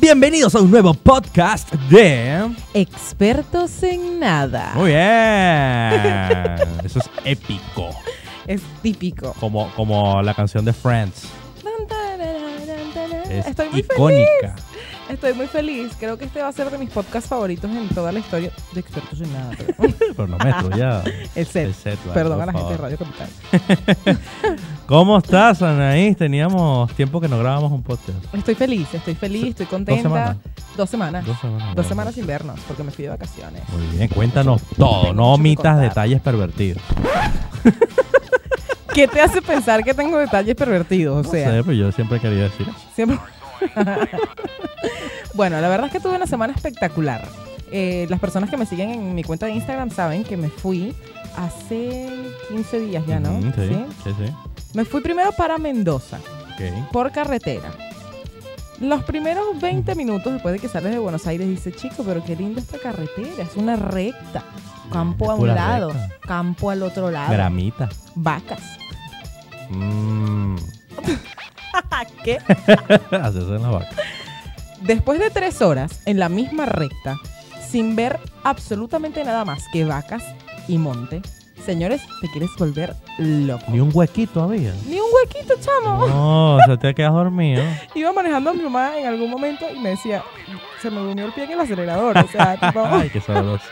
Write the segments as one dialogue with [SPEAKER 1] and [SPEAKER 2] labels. [SPEAKER 1] Bienvenidos a un nuevo podcast de...
[SPEAKER 2] Expertos en nada.
[SPEAKER 1] Muy
[SPEAKER 2] Ah.
[SPEAKER 1] bien. Eso es épico.
[SPEAKER 2] Es típico.
[SPEAKER 1] Como, como la canción de Friends. Es
[SPEAKER 2] Estoy muy
[SPEAKER 1] icónica.
[SPEAKER 2] feliz. Estoy muy feliz. Creo que este va a ser de mis podcasts favoritos en toda la historia de Expertos en nada. pero-
[SPEAKER 1] Pero no me ya.
[SPEAKER 2] El set.
[SPEAKER 1] El set, vale,
[SPEAKER 2] Perdón
[SPEAKER 1] por
[SPEAKER 2] a la gente de
[SPEAKER 1] favor.
[SPEAKER 2] Radio Capital.
[SPEAKER 1] ¿Cómo estás, Anaís? Teníamos tiempo que no grabábamos un podcast.
[SPEAKER 2] Estoy feliz, estoy feliz,
[SPEAKER 1] Se-
[SPEAKER 2] estoy
[SPEAKER 1] dos
[SPEAKER 2] contenta.
[SPEAKER 1] semanas.
[SPEAKER 2] Dos semanas.
[SPEAKER 1] Dos semanas.
[SPEAKER 2] Dos semanas sin vernos porque me fui de vacaciones.
[SPEAKER 1] Muy bien, cuéntanos
[SPEAKER 2] Tengo
[SPEAKER 1] todo.
[SPEAKER 2] mucho
[SPEAKER 1] No
[SPEAKER 2] que
[SPEAKER 1] omitas
[SPEAKER 2] contar.
[SPEAKER 1] detalles pervertidos.
[SPEAKER 2] ¿Qué te hace pensar que tengo detalles pervertidos? O
[SPEAKER 1] No
[SPEAKER 2] sea,
[SPEAKER 1] sé, pero yo siempre quería decir eso.
[SPEAKER 2] Siempre- bueno, la verdad es que tuve una semana espectacular. Eh, las personas que me siguen en mi cuenta de Instagram saben que me fui hace 15 días ya, ¿no?
[SPEAKER 1] Ujú, Sí,
[SPEAKER 2] ¿Sí?
[SPEAKER 1] sí, sí.
[SPEAKER 2] Me fui primero para Mendoza,
[SPEAKER 1] Ok.
[SPEAKER 2] por carretera. Los primeros 20 minutos después de que sales de Buenos Aires, dice, chico, pero qué linda esta carretera, es una recta. Campo a un
[SPEAKER 1] Pura
[SPEAKER 2] lado,
[SPEAKER 1] recta.
[SPEAKER 2] campo al otro lado,
[SPEAKER 1] Gramita.
[SPEAKER 2] vacas.
[SPEAKER 1] Mm.
[SPEAKER 2] ¿Qué?
[SPEAKER 1] Haces en la vaca.
[SPEAKER 2] Después de tres horas en la misma recta, sin ver absolutamente nada más que vacas y monte, señores, te quieres volver loco.
[SPEAKER 1] Ni un huequito había.
[SPEAKER 2] Ni un huequito, chamo.
[SPEAKER 1] No, o sea, te quedas dormido.
[SPEAKER 2] Iba manejando a mi mamá en algún momento y me decía, se me unió el pie en el acelerador. O sea, tipo,
[SPEAKER 1] Ay, qué sabroso.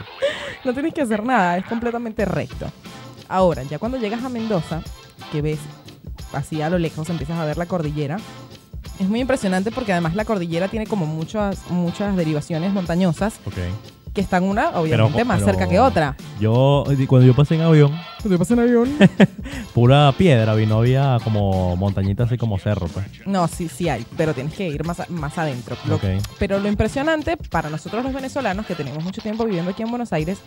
[SPEAKER 2] no tienes que hacer nada, es completamente recto. Ahora, ya cuando llegas a Mendoza, que ves así a lo lejos, empiezas a ver la cordillera. Es muy impresionante porque además la cordillera tiene como muchas, muchas derivaciones montañosas
[SPEAKER 1] Ok.
[SPEAKER 2] que están una obviamente
[SPEAKER 1] Pero-
[SPEAKER 2] más
[SPEAKER 1] pero-
[SPEAKER 2] cerca que otra.
[SPEAKER 1] Yo, cuando yo pasé en avión,
[SPEAKER 2] ¿Te pasa en avión?
[SPEAKER 1] pura piedra, vi, no había como montañita así como cerro, pues.
[SPEAKER 2] No, sí, sí hay, pero tienes que ir más, a- más adentro. Lo-
[SPEAKER 1] Ok.
[SPEAKER 2] Pero lo impresionante para nosotros los venezolanos que tenemos mucho tiempo viviendo aquí en Buenos Aires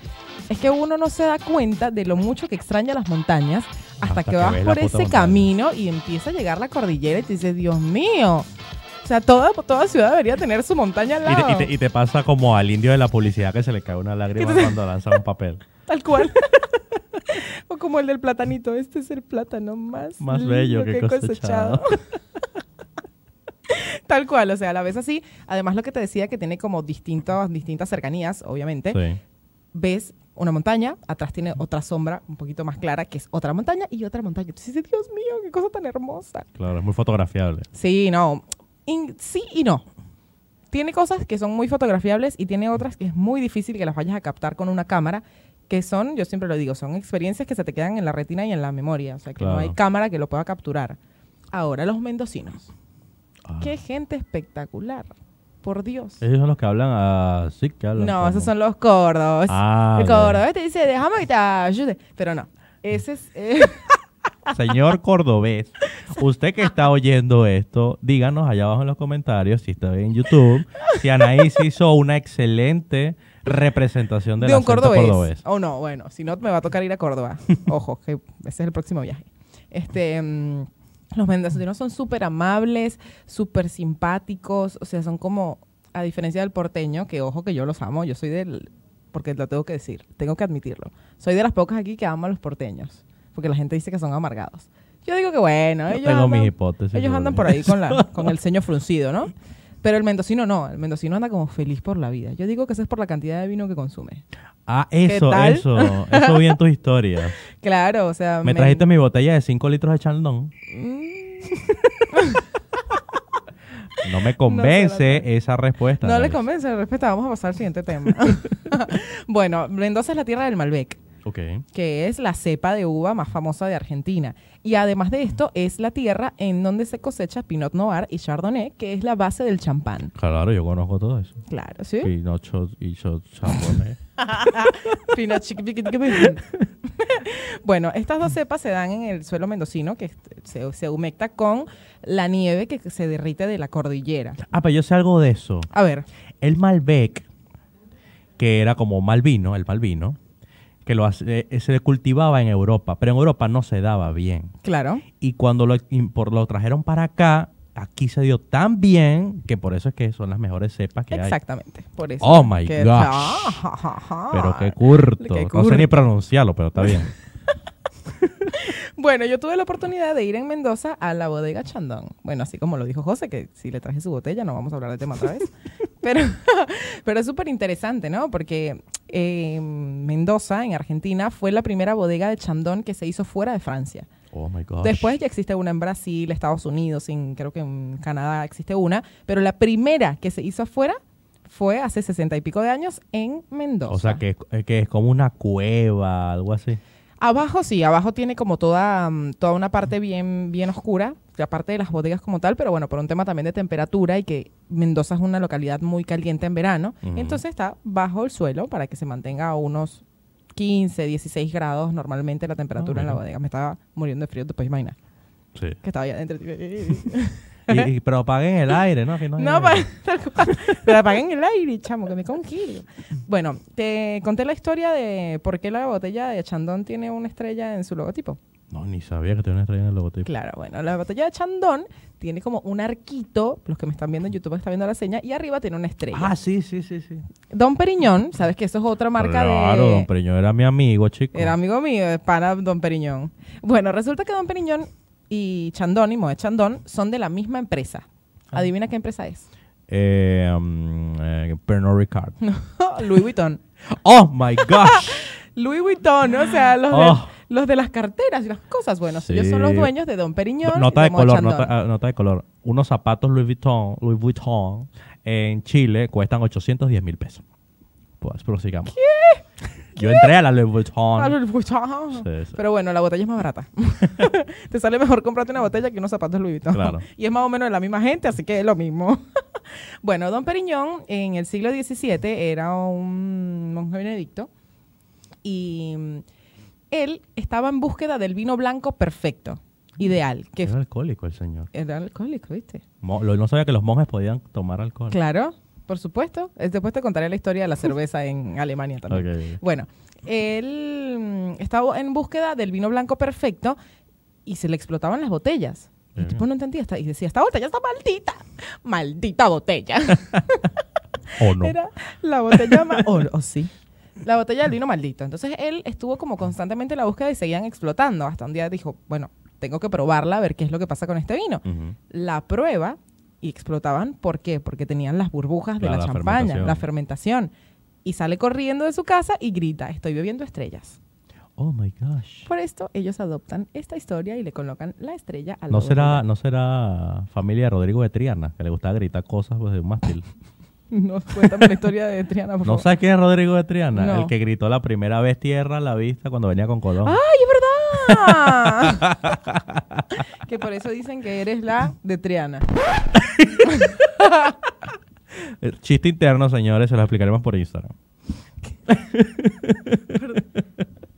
[SPEAKER 2] es que uno no se da cuenta de lo mucho que extraña las montañas hasta,
[SPEAKER 1] Hasta
[SPEAKER 2] que,
[SPEAKER 1] que
[SPEAKER 2] vas
[SPEAKER 1] ves la
[SPEAKER 2] por
[SPEAKER 1] puta
[SPEAKER 2] ese
[SPEAKER 1] montaña.
[SPEAKER 2] camino y empieza a llegar la cordillera y te dices, Dios mío. O sea, toda, toda ciudad debería tener su montaña al
[SPEAKER 1] Y
[SPEAKER 2] lado.
[SPEAKER 1] te, y te- y te pasa como al indio de la publicidad que se le cae una lágrima cuando lanza un papel.
[SPEAKER 2] Tal cual. o como el del platanito. Este es el plátano más,
[SPEAKER 1] Más
[SPEAKER 2] lindo
[SPEAKER 1] bello que
[SPEAKER 2] he
[SPEAKER 1] cosechado.
[SPEAKER 2] Tal cual, o sea, a la vez así. Además, lo que te decía que tiene como distintas, distintas cercanías, obviamente.
[SPEAKER 1] Sí.
[SPEAKER 2] Ves una montaña, atrás tiene otra sombra un poquito más clara, que es otra montaña y otra montaña. Tú dices, Dios mío, qué cosa tan hermosa.
[SPEAKER 1] Claro, es muy fotografiable.
[SPEAKER 2] Sí, no. In- sí y no. Tiene cosas que son muy fotografiables y tiene otras que es muy difícil que las vayas a captar con una cámara, que son, yo siempre lo digo, son experiencias que se te quedan en la retina y en la memoria. O sea, que no
[SPEAKER 1] Claro.
[SPEAKER 2] hay cámara que lo pueda capturar. Ahora, los mendocinos.
[SPEAKER 1] Ah.
[SPEAKER 2] Qué gente espectacular. Por Dios.
[SPEAKER 1] Ellos son los que hablan así, que hablan.
[SPEAKER 2] No,
[SPEAKER 1] como-
[SPEAKER 2] esos son los cordos.
[SPEAKER 1] Ah,
[SPEAKER 2] el
[SPEAKER 1] ya.
[SPEAKER 2] cordobés te dice, déjame que te ayude. Pero no. Ese es. eh,
[SPEAKER 1] Señor cordobés, usted que está oyendo esto, díganos allá abajo en los comentarios si está en YouTube, si Anaís hizo una excelente representación
[SPEAKER 2] de,
[SPEAKER 1] del
[SPEAKER 2] un
[SPEAKER 1] acento
[SPEAKER 2] cordobés. O no, bueno, si no me va a tocar ir a Córdoba. Ojo, que ese es el próximo viaje. Este, mm, los mendocinos son súper amables, súper simpáticos, o sea, son como, a diferencia del porteño, que ojo que yo los amo, yo soy del, porque lo tengo que decir, tengo que admitirlo, soy de las pocas aquí que amo a los porteños, porque la gente dice que son amargados. Yo digo que bueno,
[SPEAKER 1] Yo
[SPEAKER 2] Ah, ellos,
[SPEAKER 1] tengo
[SPEAKER 2] andan,
[SPEAKER 1] mis hipótesis
[SPEAKER 2] ellos
[SPEAKER 1] sobre
[SPEAKER 2] andan por ahí con, la, con el ceño fruncido, ¿no? Pero el mendocino no, el mendocino anda como feliz por la vida. Yo digo que eso es por la cantidad de vino que consume.
[SPEAKER 1] Ah, eso,
[SPEAKER 2] tal?
[SPEAKER 1] eso, eso vi en tus historias.
[SPEAKER 2] Claro, o sea.
[SPEAKER 1] Me trajiste mi botella de 5 litros de chandón.
[SPEAKER 2] Mm.
[SPEAKER 1] No me convence esa respuesta.
[SPEAKER 2] No le
[SPEAKER 1] Anaís.
[SPEAKER 2] convence, respeta, vamos a pasar al siguiente tema. bueno, Mendoza es la tierra del Malbec,
[SPEAKER 1] Ok.
[SPEAKER 2] que es la cepa de uva más famosa de Argentina. Y además de esto, es la tierra en donde se cosecha Pinot Noir y Chardonnay, que es la base del champán.
[SPEAKER 1] Claro, yo conozco todo eso.
[SPEAKER 2] Claro, ¿sí?
[SPEAKER 1] Y no cho- y cho- chambones.
[SPEAKER 2] Pinot chiqui- chiqui- chiqui- bueno, estas dos cepas se dan en el suelo mendocino, que se, se humecta con la nieve que se derrite de la cordillera.
[SPEAKER 1] Ah, pero yo sé algo de eso.
[SPEAKER 2] A ver,
[SPEAKER 1] El Malbec, que era como Malvino, el Malvino, que lo hace- eh, se cultivaba en Europa, pero en Europa no se daba bien.
[SPEAKER 2] claro.
[SPEAKER 1] Y cuando lo, impor- lo trajeron para acá, aquí se dio tan bien que por eso es que son las mejores cepas que
[SPEAKER 2] Exactamente, por eso.
[SPEAKER 1] Oh my
[SPEAKER 2] Que-
[SPEAKER 1] gosh.
[SPEAKER 2] Ja, ja, ja.
[SPEAKER 1] hay. Pero qué curto.
[SPEAKER 2] Qué
[SPEAKER 1] No sé ni
[SPEAKER 2] curto.
[SPEAKER 1] pronunciarlo, pero está bien.
[SPEAKER 2] Bueno, yo tuve la oportunidad de ir en Mendoza a la bodega Chandon. Bueno, así como lo dijo José, que si le traje su botella, no vamos a hablar de tema otra vez. pero, pero es súper interesante, ¿no? Porque eh, Mendoza, en Argentina, fue la primera bodega de Chandon que se hizo fuera de Francia.
[SPEAKER 1] Oh my gosh.
[SPEAKER 2] Después ya existe una en Brasil, Estados Unidos, en, creo que en Canadá existe una, pero la primera que se hizo afuera fue hace sesenta y pico de años en Mendoza.
[SPEAKER 1] O sea, que, es- eh, que es como una cueva, algo así.
[SPEAKER 2] Abajo sí, abajo tiene como toda, mm, toda una parte bien, bien oscura, la parte de las bodegas como tal, pero bueno, por un tema también de temperatura y que Mendoza es una localidad muy caliente en verano,
[SPEAKER 1] Ujú.
[SPEAKER 2] entonces está bajo el suelo para que se mantenga a unos 15, 16 grados normalmente la temperatura en la
[SPEAKER 1] bueno.
[SPEAKER 2] bodega. Me estaba muriendo de frío, te puedes imaginar,
[SPEAKER 1] Sí.
[SPEAKER 2] que estaba allá adentro.
[SPEAKER 1] Y, y- pero apaguen el aire, ¿no? Que no, hay
[SPEAKER 2] No,
[SPEAKER 1] aire.
[SPEAKER 2] pa- tal cual. Pero apaguen el aire, chamo, que me congilo. Bueno, te conté la historia de por qué la botella de Chandon tiene una estrella en su logotipo.
[SPEAKER 1] No, ni sabía que tenía una estrella en el logotipo.
[SPEAKER 2] Claro, bueno, la botella de Chandon tiene como un arquito, los que me están viendo en YouTube están viendo la seña, y arriba tiene una estrella.
[SPEAKER 1] Ah, sí, sí, sí, sí.
[SPEAKER 2] Don Periñón, sabes que eso es otra marca
[SPEAKER 1] claro,
[SPEAKER 2] de...
[SPEAKER 1] don Periño era mi amigo, chico.
[SPEAKER 2] Era amigo mío, eh, pana Don Periñón. Bueno, resulta que Don Periñón y Chandon y Moe Chandon son de la misma empresa.
[SPEAKER 1] Ah.
[SPEAKER 2] Adivina qué empresa es.
[SPEAKER 1] Eh, um, eh, Pernod Ricard.
[SPEAKER 2] Louis Vuitton.
[SPEAKER 1] Oh my gosh.
[SPEAKER 2] Louis Vuitton, o sea, los,
[SPEAKER 1] Oh.
[SPEAKER 2] de, los de las carteras y las cosas. Bueno,
[SPEAKER 1] Sí.
[SPEAKER 2] ellos son los dueños de Don Periñón. y
[SPEAKER 1] nota de
[SPEAKER 2] Moët
[SPEAKER 1] color,
[SPEAKER 2] Chandon.
[SPEAKER 1] nota, ah, nota de color. Unos zapatos Louis Vuitton, Louis Vuitton en Chile cuestan 810 mil pesos. Pues prosigamos. Yo entré a la Louis Vuitton.
[SPEAKER 2] Ah, Louis Vuitton.
[SPEAKER 1] Sí, sí.
[SPEAKER 2] Pero bueno, la botella es más barata. Te sale mejor comprarte una botella que unos zapatos Louis Vuitton.
[SPEAKER 1] Claro.
[SPEAKER 2] Y es más o menos de la misma gente, así que es lo mismo. bueno, Don Periñón en el siglo XVII era un monje benedicto y mm, él estaba en búsqueda del vino blanco perfecto, ideal, que
[SPEAKER 1] Era alcohólico el señor.
[SPEAKER 2] era alcohólico, ¿viste?
[SPEAKER 1] Mo- lo- no sabía que los monjes podían tomar alcohol.
[SPEAKER 2] Claro, por supuesto. Eh, Después te contaré la historia de la cerveza en Alemania también.
[SPEAKER 1] Ok.
[SPEAKER 2] Bueno, él mm, estaba en búsqueda del vino blanco perfecto y se le explotaban las botellas. Y El
[SPEAKER 1] Sí.
[SPEAKER 2] tipo no entendía esta- y decía, esta botella está maldita. Maldita botella.
[SPEAKER 1] O no.
[SPEAKER 2] Era la botella más... O o sí. La botella del vino maldito. Entonces él estuvo como constantemente en la búsqueda y seguían explotando. Hasta un día dijo, bueno, tengo que probarla a ver qué es lo que pasa con este vino
[SPEAKER 1] Ujú.
[SPEAKER 2] la prueba y explotaban. ¿Por qué? Porque tenían las burbujas de
[SPEAKER 1] Claro,
[SPEAKER 2] la,
[SPEAKER 1] la
[SPEAKER 2] champaña,
[SPEAKER 1] fermentación.
[SPEAKER 2] la fermentación. Y sale corriendo de su casa y grita, estoy bebiendo estrellas.
[SPEAKER 1] Oh my gosh.
[SPEAKER 2] Por esto ellos adoptan esta historia y le colocan la estrella al
[SPEAKER 1] ¿No será, ¿No será familia de Rodrigo de Triana, que le gustaba gritar cosas pues, de un mástil?
[SPEAKER 2] No, cuéntame la historia de Triana, por
[SPEAKER 1] ¿No
[SPEAKER 2] favor.
[SPEAKER 1] sabes quién es Rodrigo de Triana?
[SPEAKER 2] No. Ah.
[SPEAKER 1] El que gritó la primera vez tierra a la vista cuando venía con Colón.
[SPEAKER 2] ¡Ay, es verdad! que por eso dicen que eres la de Triana.
[SPEAKER 1] Eh, Chiste interno, señores, se lo explicaremos por Instagram.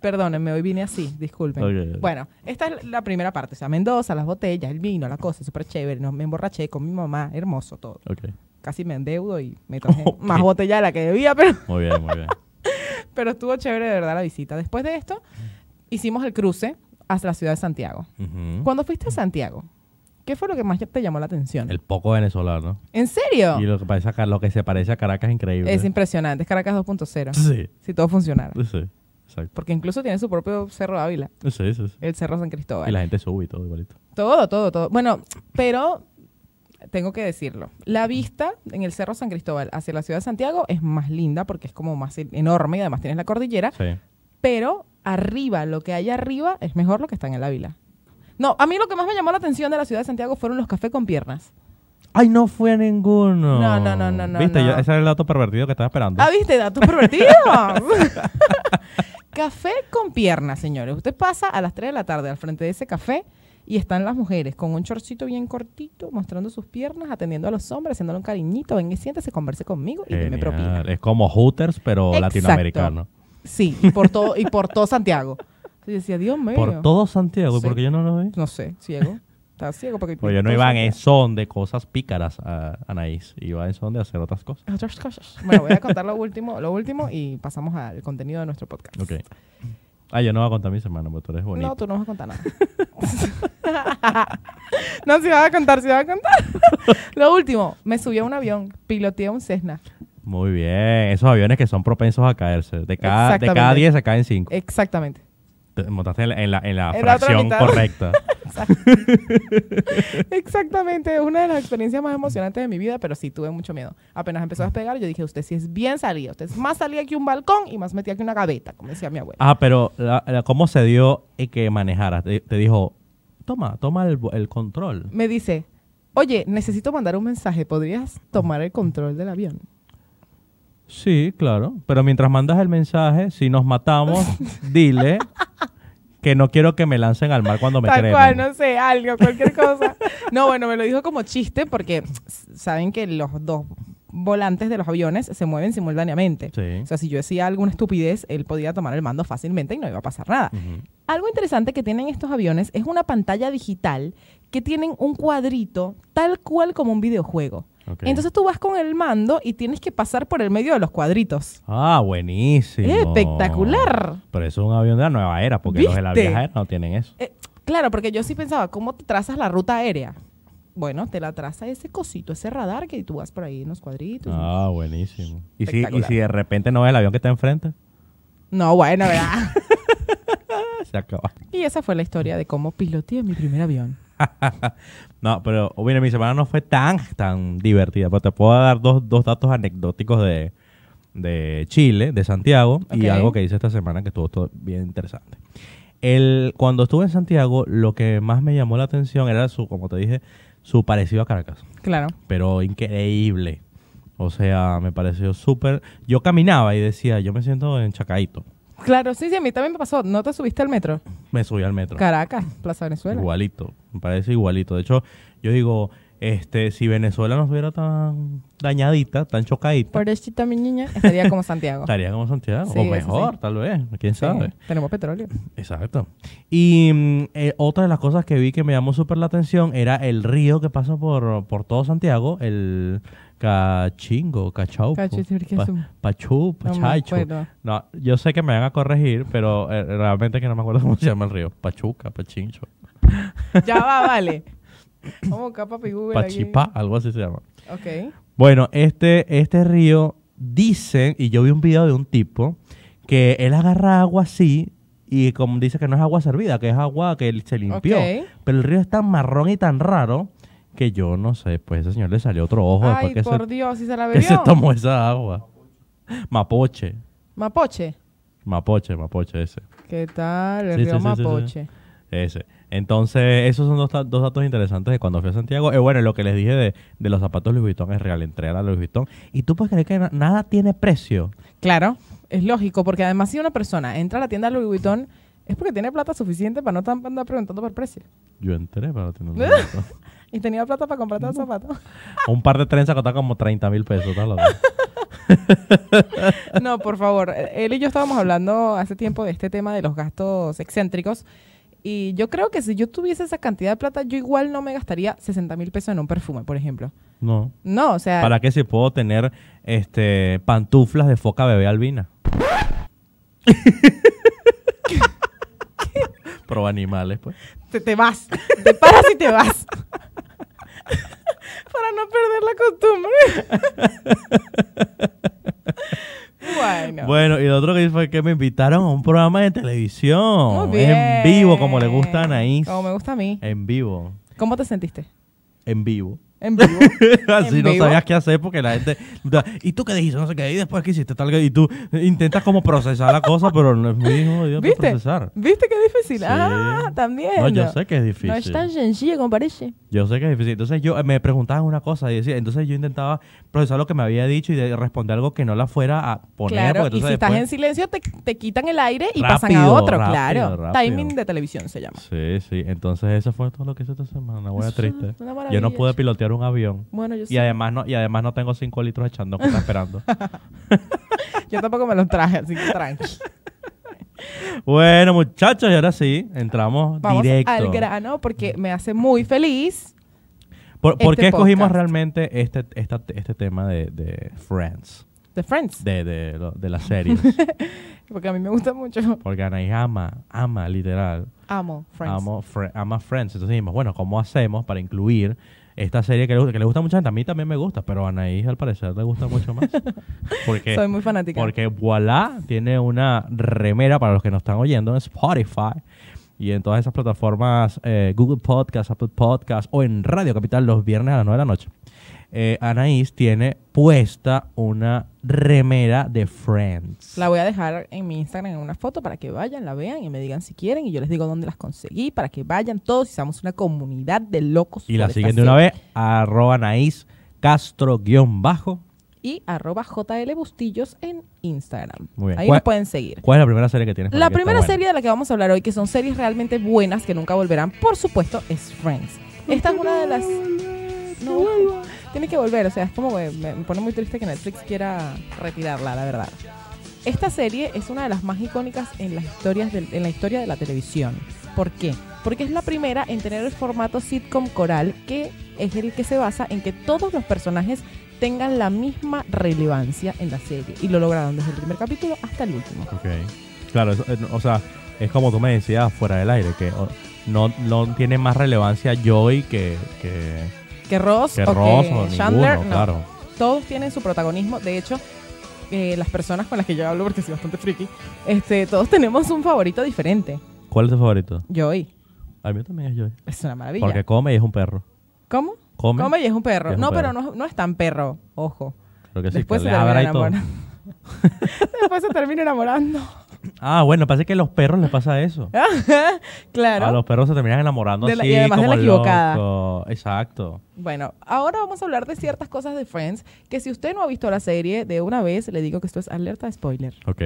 [SPEAKER 2] Perdónenme, hoy vine así, disculpen.
[SPEAKER 1] Ok, ok.
[SPEAKER 2] Bueno, esta es la primera parte. O sea, Mendoza, las botellas, el vino, la cosa, súper chévere. No, me emborraché con mi mamá, hermoso todo.
[SPEAKER 1] Ok.
[SPEAKER 2] casi me endeudo y me traje
[SPEAKER 1] Ok.
[SPEAKER 2] más botella de la que debía, pero,
[SPEAKER 1] Muy bien, muy bien.
[SPEAKER 2] pero estuvo chévere de verdad la visita. Después de esto, hicimos el cruce hasta la ciudad de Santiago.
[SPEAKER 1] Ujú.
[SPEAKER 2] Cuando fuiste a Santiago, ¿qué fue lo que más te llamó la atención?
[SPEAKER 1] El poco venezolano.
[SPEAKER 2] ¿En serio?
[SPEAKER 1] Y lo que, parece a Car- lo que se parece a Caracas es increíble.
[SPEAKER 2] Es impresionante, es Caracas 2.0,
[SPEAKER 1] Sí,
[SPEAKER 2] si todo funcionara.
[SPEAKER 1] sí, exacto.
[SPEAKER 2] Porque incluso tiene su propio Cerro de Ávila,
[SPEAKER 1] Sí, sí, sí.
[SPEAKER 2] el Cerro San Cristóbal.
[SPEAKER 1] Y la gente sube y todo igualito.
[SPEAKER 2] Todo, todo, todo. Bueno, pero tengo que decirlo. La vista en el Cerro San Cristóbal hacia la ciudad de Santiago es más linda porque es como más enorme y además tienes la cordillera.
[SPEAKER 1] Sí.
[SPEAKER 2] pero arriba, lo que hay arriba es mejor lo que está en el Ávila. No, a mí lo que más me llamó la atención de la ciudad de Santiago fueron los cafés con piernas.
[SPEAKER 1] Ay, no fui a ninguno.
[SPEAKER 2] No, no, no, no, no,
[SPEAKER 1] Viste,
[SPEAKER 2] no.
[SPEAKER 1] Yo- ese era el dato pervertido que estaba esperando.
[SPEAKER 2] Ah, viste, datos pervertidos. café con piernas, señores. Usted pasa a las 3 de la tarde al frente de ese café y están las mujeres con un chorcito bien cortito, mostrando sus piernas, atendiendo a los hombres, haciéndole un cariñito. Ven y siéntese, converse conmigo y deme
[SPEAKER 1] Genial.
[SPEAKER 2] propina.
[SPEAKER 1] Es como Hooters, pero
[SPEAKER 2] Exacto.
[SPEAKER 1] latinoamericano.
[SPEAKER 2] Sí, y por todo, y por todo Santiago. Y decía, Dios mío.
[SPEAKER 1] Por todo Santiago, ¿y
[SPEAKER 2] Sí.
[SPEAKER 1] por qué yo no lo vi?
[SPEAKER 2] No sé, ciego. Estaba ciego porque...
[SPEAKER 1] Pues yo no
[SPEAKER 2] todo
[SPEAKER 1] iba en
[SPEAKER 2] Santiago.
[SPEAKER 1] son de cosas pícaras, a Anaís. Iba en son de hacer otras cosas.
[SPEAKER 2] Otras cosas. Bueno, voy a contar lo último, lo último y pasamos al contenido de nuestro podcast.
[SPEAKER 1] Ok. Ah, yo no voy a contar mis hermanos, pero tú eres bonito.
[SPEAKER 2] No, tú no vas a contar nada. no, si vas a contar, si vas a contar. lo último, me subí a un avión, piloteé un Cessna.
[SPEAKER 1] Muy bien. Esos aviones que son propensos a caerse. De cada, de cada
[SPEAKER 2] Exactamente.
[SPEAKER 1] 10 se caen 5.
[SPEAKER 2] Exactamente.
[SPEAKER 1] montaste, montaste en la, en la- en la
[SPEAKER 2] En la otra
[SPEAKER 1] fracción
[SPEAKER 2] mitad.
[SPEAKER 1] correcta.
[SPEAKER 2] Exactamente, es una de las experiencias más emocionantes de mi vida, pero sí tuve mucho miedo. Apenas empezó a despegar, yo dije, usted sí es bien salida, usted es más salida que un balcón y más metida que una gaveta, como decía mi abuela.
[SPEAKER 1] Ah, pero la- la- ¿cómo se dio eh, que manejaras? Te, te dijo, toma, toma el, el control.
[SPEAKER 2] Me dice, oye, necesito mandar un mensaje, ¿podrías tomar el control del avión?
[SPEAKER 1] Sí, claro. Pero mientras mandas el mensaje, si nos matamos, dile que no quiero que me lancen al mar cuando me
[SPEAKER 2] Tal
[SPEAKER 1] cremen.
[SPEAKER 2] cual, no sé, algo, cualquier cosa. No, bueno, me lo dijo como chiste porque s- saben que los dos volantes de los aviones se mueven simultáneamente.
[SPEAKER 1] Sí.
[SPEAKER 2] O sea, si yo decía alguna estupidez, él podía tomar el mando fácilmente y no iba a pasar nada.
[SPEAKER 1] Ujú.
[SPEAKER 2] Algo interesante que tienen estos aviones es una pantalla digital que tienen un cuadrito tal cual como un videojuego.
[SPEAKER 1] Ok.
[SPEAKER 2] Entonces tú vas con el mando y tienes que pasar por el medio de los cuadritos.
[SPEAKER 1] Ah, buenísimo.
[SPEAKER 2] Espectacular.
[SPEAKER 1] Pero eso es un avión de la nueva era, porque los de la
[SPEAKER 2] ¿Viste?
[SPEAKER 1] vieja era no tienen eso.
[SPEAKER 2] Eh, claro, porque yo sí pensaba, ¿cómo te trazas la ruta aérea? Bueno, te la traza ese cosito, ese radar que tú vas por ahí en los cuadritos.
[SPEAKER 1] Ah, buenísimo. ¿Y si, y
[SPEAKER 2] Espectacular.
[SPEAKER 1] si de repente no ves el avión que está enfrente?
[SPEAKER 2] No, bueno, ¿verdad?
[SPEAKER 1] Ah, Se acaba.
[SPEAKER 2] y esa fue la historia de cómo piloteé mi primer avión.
[SPEAKER 1] No, pero oh, mira, mi semana no fue tan, tan divertida, pero te puedo dar dos, dos datos anecdóticos de, de Chile, de Santiago, y
[SPEAKER 2] Ok.
[SPEAKER 1] algo que hice esta semana que estuvo todo bien interesante. El, cuando estuve en Santiago, lo que más me llamó la atención era su, como te dije, su parecido a Caracas.
[SPEAKER 2] Claro.
[SPEAKER 1] pero increíble. O sea, me pareció súper... Yo caminaba y decía, yo me siento en Chacaito.
[SPEAKER 2] Claro, sí, sí, a mí también me pasó. ¿No te subiste al metro?
[SPEAKER 1] Me subí al metro.
[SPEAKER 2] Caracas, Plaza Venezuela.
[SPEAKER 1] Igualito, me parece igualito. De hecho, yo digo, este, si Venezuela no estuviera tan dañadita, tan chocadita,
[SPEAKER 2] Por eso mi niña estaría como Santiago.
[SPEAKER 1] estaría como Santiago.
[SPEAKER 2] Sí,
[SPEAKER 1] o
[SPEAKER 2] eso
[SPEAKER 1] mejor,
[SPEAKER 2] sí.
[SPEAKER 1] tal vez, quién
[SPEAKER 2] Sí,
[SPEAKER 1] sabe.
[SPEAKER 2] tenemos petróleo.
[SPEAKER 1] Exacto. Y mm, eh, otra de las cosas que vi que me llamó súper la atención era el río que pasa por, por todo Santiago, el Cachingo, Cachauco,
[SPEAKER 2] Cachiturquiazú.
[SPEAKER 1] Pa- Pachú,
[SPEAKER 2] No me
[SPEAKER 1] Pachacho.
[SPEAKER 2] acuerdo.
[SPEAKER 1] No, yo sé que me van a corregir, pero eh, realmente que no me acuerdo cómo se llama el río. Pachuca, Pachincho,
[SPEAKER 2] ya va, vale. Vamos a buscar papi Google aquí.
[SPEAKER 1] Pachipá, algo así se llama.
[SPEAKER 2] Ok.
[SPEAKER 1] Bueno, este, este río dicen, y yo vi un video de un tipo, que él agarra agua así y como dice que no es agua servida, que es agua que él se limpió.
[SPEAKER 2] Ok.
[SPEAKER 1] Pero el río es tan marrón y tan raro que yo no sé, pues ese señor le salió otro ojo
[SPEAKER 2] Ay,
[SPEAKER 1] después que,
[SPEAKER 2] por
[SPEAKER 1] se,
[SPEAKER 2] Dios, si se la
[SPEAKER 1] que se
[SPEAKER 2] bebió.
[SPEAKER 1] tomó esa agua. Mapoche,
[SPEAKER 2] Mapoche.
[SPEAKER 1] mapoche, mapoche ese.
[SPEAKER 2] ¿Qué tal? El
[SPEAKER 1] Sí,
[SPEAKER 2] río
[SPEAKER 1] sí, sí, sí, sí.
[SPEAKER 2] Mapoche.
[SPEAKER 1] Ese. Entonces, esos son dos, ta- dos datos interesantes de cuando fui a Santiago. Eh, bueno, y lo que les dije de, de los zapatos Louis Vuitton es real, entré a la Louis Vuitton. Y tú puedes creer que na- nada tiene precio.
[SPEAKER 2] Claro, es lógico, porque además si una persona entra a la tienda Louis Vuitton es porque tiene plata suficiente para no tan- andar preguntando por precio.
[SPEAKER 1] Yo entré para tener un Louis Vuitton.
[SPEAKER 2] Y tenía plata para comprarte los zapatos.
[SPEAKER 1] Un par de trenzas costaba como 30 mil pesos. ¿estás loco?
[SPEAKER 2] No, por favor. eh, Él y yo estábamos hablando hace tiempo de este tema de los gastos excéntricos. Y yo creo que si yo tuviese esa cantidad de plata, yo igual no me gastaría 60 mil pesos en un perfume, por ejemplo.
[SPEAKER 1] No.
[SPEAKER 2] No, o sea,
[SPEAKER 1] ¿Para qué si puedo tener este pantuflas de foca bebé albina? Pro animales, pues.
[SPEAKER 2] te, te vas. Te paras y te vas. Para no perder la costumbre. bueno.
[SPEAKER 1] Bueno, y lo otro que hice fue que me invitaron a un programa de televisión.
[SPEAKER 2] Muy bien.
[SPEAKER 1] En vivo, como le gusta a Anaís. Eh.
[SPEAKER 2] Como me gusta a mí.
[SPEAKER 1] En vivo.
[SPEAKER 2] ¿Cómo te sentiste?
[SPEAKER 1] En vivo.
[SPEAKER 2] En vivo.
[SPEAKER 1] Así
[SPEAKER 2] ¿En
[SPEAKER 1] no
[SPEAKER 2] vivo?
[SPEAKER 1] sabías qué hacer porque la gente. da, ¿Y tú qué dijiste? No sé qué. Y después que hiciste tal. Y tú intentas como procesar la cosa, pero no es muy jodido de
[SPEAKER 2] ¿Viste?
[SPEAKER 1] procesar.
[SPEAKER 2] ¿Viste que es difícil?
[SPEAKER 1] Sí.
[SPEAKER 2] Ah, también.
[SPEAKER 1] No, yo sé que es difícil.
[SPEAKER 2] No es tan sencillo como parece.
[SPEAKER 1] Yo sé que es difícil. Entonces yo eh, me preguntaban una cosa y decía, entonces yo intentaba procesar lo que me había dicho y de- responder algo que no la fuera a poner.
[SPEAKER 2] claro,
[SPEAKER 1] porque
[SPEAKER 2] y si
[SPEAKER 1] entonces
[SPEAKER 2] estás en
[SPEAKER 1] después-
[SPEAKER 2] silencio te, te quitan el aire y pasan a
[SPEAKER 1] Rápido,
[SPEAKER 2] otro,
[SPEAKER 1] rápido,
[SPEAKER 2] claro.
[SPEAKER 1] rápido.
[SPEAKER 2] Timing de televisión se llama.
[SPEAKER 1] Sí, sí. Entonces eso fue todo lo que hice esta semana. Una buena
[SPEAKER 2] Eso es
[SPEAKER 1] triste.
[SPEAKER 2] una
[SPEAKER 1] yo
[SPEAKER 2] maravilla,
[SPEAKER 1] no pude
[SPEAKER 2] chico.
[SPEAKER 1] pilotear un avión.
[SPEAKER 2] Bueno, yo sí.
[SPEAKER 1] Y además no, y además no tengo 5 litros de chandón que está esperando.
[SPEAKER 2] Yo tampoco me los traje, así que tranqui.
[SPEAKER 1] bueno, muchachos, y ahora sí, entramos
[SPEAKER 2] Vamos
[SPEAKER 1] directo.
[SPEAKER 2] al grano porque me hace muy feliz.
[SPEAKER 1] ¿Por, por
[SPEAKER 2] este
[SPEAKER 1] qué escogimos
[SPEAKER 2] podcast.
[SPEAKER 1] realmente este, esta- este tema de, de Friends?
[SPEAKER 2] The Friends.
[SPEAKER 1] De, de, lo- de las series.
[SPEAKER 2] Porque a mí me gusta mucho.
[SPEAKER 1] Porque Anaís ama, ama literal
[SPEAKER 2] Amo Friends.
[SPEAKER 1] Amo, Fre- ama Friends. Entonces dijimos, bueno, ¿cómo hacemos para incluir esta serie que le, gusta- que le gusta a mucha gente, a mí también me gusta, pero a Anaís al parecer le gusta mucho más. Porque,
[SPEAKER 2] Soy muy fanática.
[SPEAKER 1] porque Voilà tiene una remera para los que nos están oyendo en Spotify y en todas esas plataformas, eh, Google Podcast, Apple Podcast o en Radio Capital los viernes a las 9 de la noche. Eh, Anaís tiene puesta una remera de Friends.
[SPEAKER 2] La voy a dejar en mi Instagram en una foto para que vayan, la vean y me digan si quieren. Y yo les digo dónde las conseguí para que vayan todos y seamos una comunidad de locos.
[SPEAKER 1] y la
[SPEAKER 2] por esta
[SPEAKER 1] siguen de una
[SPEAKER 2] serie.
[SPEAKER 1] vez, arroba Anaís Castro guión bajo.
[SPEAKER 2] Y arroba JL Bustillos en Instagram.
[SPEAKER 1] Muy bien.
[SPEAKER 2] Ahí
[SPEAKER 1] ¿Cuál-
[SPEAKER 2] nos pueden seguir.
[SPEAKER 1] ¿Cuál es la primera serie que tienes? por
[SPEAKER 2] La
[SPEAKER 1] ahí que está
[SPEAKER 2] primera
[SPEAKER 1] buena?
[SPEAKER 2] serie de la que vamos a hablar hoy, que son series realmente buenas que nunca volverán, por supuesto, es Friends. Esta es una de las. No, tiene que volver, o sea, es como que me me pone muy triste que Netflix quiera retirarla, la verdad. Esta serie es una de las más icónicas en, las historias del- en la historia de la televisión. ¿Por qué? Porque es la primera en tener el formato sitcom coral, que es el que se basa en que todos los personajes tengan la misma relevancia en la serie. Y lo lograron desde el primer capítulo hasta el último.
[SPEAKER 1] Ok. Claro, eso, eh, no, o sea, es como tú me decías fuera del aire, que o, no, no tiene más relevancia Joy que, que,
[SPEAKER 2] Que Ross
[SPEAKER 1] que
[SPEAKER 2] o
[SPEAKER 1] Ross
[SPEAKER 2] que
[SPEAKER 1] o
[SPEAKER 2] Chandler,
[SPEAKER 1] ninguno,
[SPEAKER 2] no.
[SPEAKER 1] claro.
[SPEAKER 2] todos tienen su protagonismo. De hecho, eh, las personas con las que yo hablo, porque soy bastante friki, este, todos tenemos un favorito diferente.
[SPEAKER 1] ¿Cuál es tu favorito?
[SPEAKER 2] Joey.
[SPEAKER 1] A mí también es Joy.
[SPEAKER 2] Es una maravilla.
[SPEAKER 1] Porque come y es un perro.
[SPEAKER 2] ¿Cómo?
[SPEAKER 1] Come.
[SPEAKER 2] Come y es un perro.
[SPEAKER 1] Y es un
[SPEAKER 2] no,
[SPEAKER 1] perro.
[SPEAKER 2] pero no, no es tan perro. Ojo.
[SPEAKER 1] creo que sí,
[SPEAKER 2] Después
[SPEAKER 1] que
[SPEAKER 2] se
[SPEAKER 1] le
[SPEAKER 2] termina
[SPEAKER 1] abra y todo.
[SPEAKER 2] enamorando. Después se termina enamorando.
[SPEAKER 1] Ah, bueno, parece que a los perros les pasa eso. A
[SPEAKER 2] claro.
[SPEAKER 1] los perros se terminan enamorando
[SPEAKER 2] De la-
[SPEAKER 1] así
[SPEAKER 2] y además de
[SPEAKER 1] como
[SPEAKER 2] la equivocada.
[SPEAKER 1] loco. Exacto.
[SPEAKER 2] Bueno, ahora vamos a hablar de ciertas cosas de Friends que si usted no ha visto la serie, de una vez le digo que esto es alerta de spoiler.
[SPEAKER 1] Ok.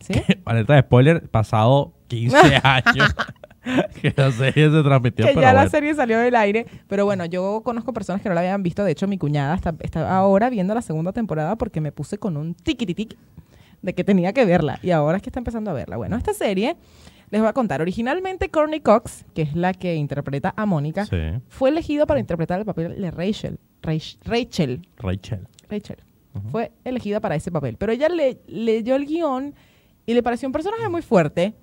[SPEAKER 2] ¿Sí?
[SPEAKER 1] Alerta de spoiler, pasado 15 años que la serie se transmitió,
[SPEAKER 2] que
[SPEAKER 1] pero
[SPEAKER 2] ya la
[SPEAKER 1] bueno.
[SPEAKER 2] serie salió del aire. Pero bueno, yo conozco personas que no la habían visto. De hecho, mi cuñada está, está ahora viendo la segunda temporada porque me puse con un tiquititic de que tenía que verla. Y ahora es que está empezando a verla. Bueno, esta serie, les voy a contar. Originalmente, Courtney Cox, que es la que interpreta a Mónica,
[SPEAKER 1] Sí,
[SPEAKER 2] fue elegida para interpretar el papel de Rachel. Rach- Rachel.
[SPEAKER 1] Rachel.
[SPEAKER 2] Rachel. Fue elegida para ese papel. Pero ella le, leyó el guión y le pareció un personaje muy fuerte.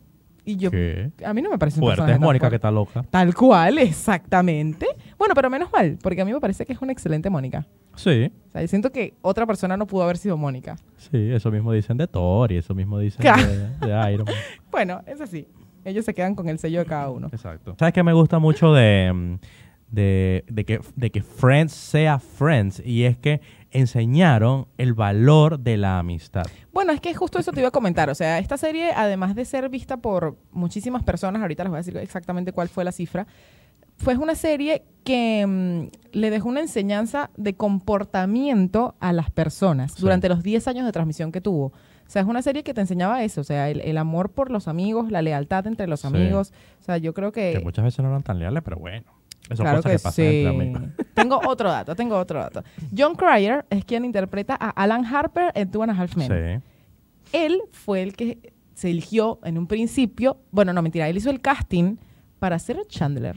[SPEAKER 2] Y yo...
[SPEAKER 1] ¿Qué?
[SPEAKER 2] A mí no me parece un
[SPEAKER 1] Fuerte
[SPEAKER 2] personaje
[SPEAKER 1] es
[SPEAKER 2] tan
[SPEAKER 1] Mónica
[SPEAKER 2] fuerte.
[SPEAKER 1] que está loca.
[SPEAKER 2] Tal cual, exactamente. Bueno, pero menos mal, porque a mí me parece que es una excelente Mónica.
[SPEAKER 1] Sí,
[SPEAKER 2] O sea, yo siento que otra persona no pudo haber sido Mónica.
[SPEAKER 1] sí, eso mismo dicen de Thor y eso mismo dicen
[SPEAKER 2] Claro.
[SPEAKER 1] de, de Iron Man.
[SPEAKER 2] Bueno, es así. Ellos se quedan con el sello de cada uno.
[SPEAKER 1] Exacto. ¿Sabes qué me gusta mucho de, mm, de, de que, de que Friends sea Friends? Y es que enseñaron el valor de la amistad.
[SPEAKER 2] Bueno, es que justo eso te iba a comentar. O sea, esta serie, además de ser vista por muchísimas personas, ahorita les voy a decir exactamente cuál fue la cifra, fue una serie que mm, le dejó una enseñanza de comportamiento a las personas
[SPEAKER 1] Sí.
[SPEAKER 2] durante los 10 años de transmisión que tuvo. O sea, es una serie que te enseñaba eso, o sea, el, el amor por los amigos, la lealtad entre los
[SPEAKER 1] Sí.
[SPEAKER 2] amigos. O sea, yo creo que...
[SPEAKER 1] que muchas veces no eran tan leales, pero bueno. Eso
[SPEAKER 2] claro
[SPEAKER 1] cosas
[SPEAKER 2] que
[SPEAKER 1] que, pasan entre
[SPEAKER 2] sí.
[SPEAKER 1] amigos.
[SPEAKER 2] Tengo otro dato, tengo otro dato. John Cryer es quien interpreta a Alan Harper en Two and a Half Men
[SPEAKER 1] Sí.
[SPEAKER 2] él fue el que se eligió en un principio, bueno, no mentira, él hizo el casting para ser Chandler.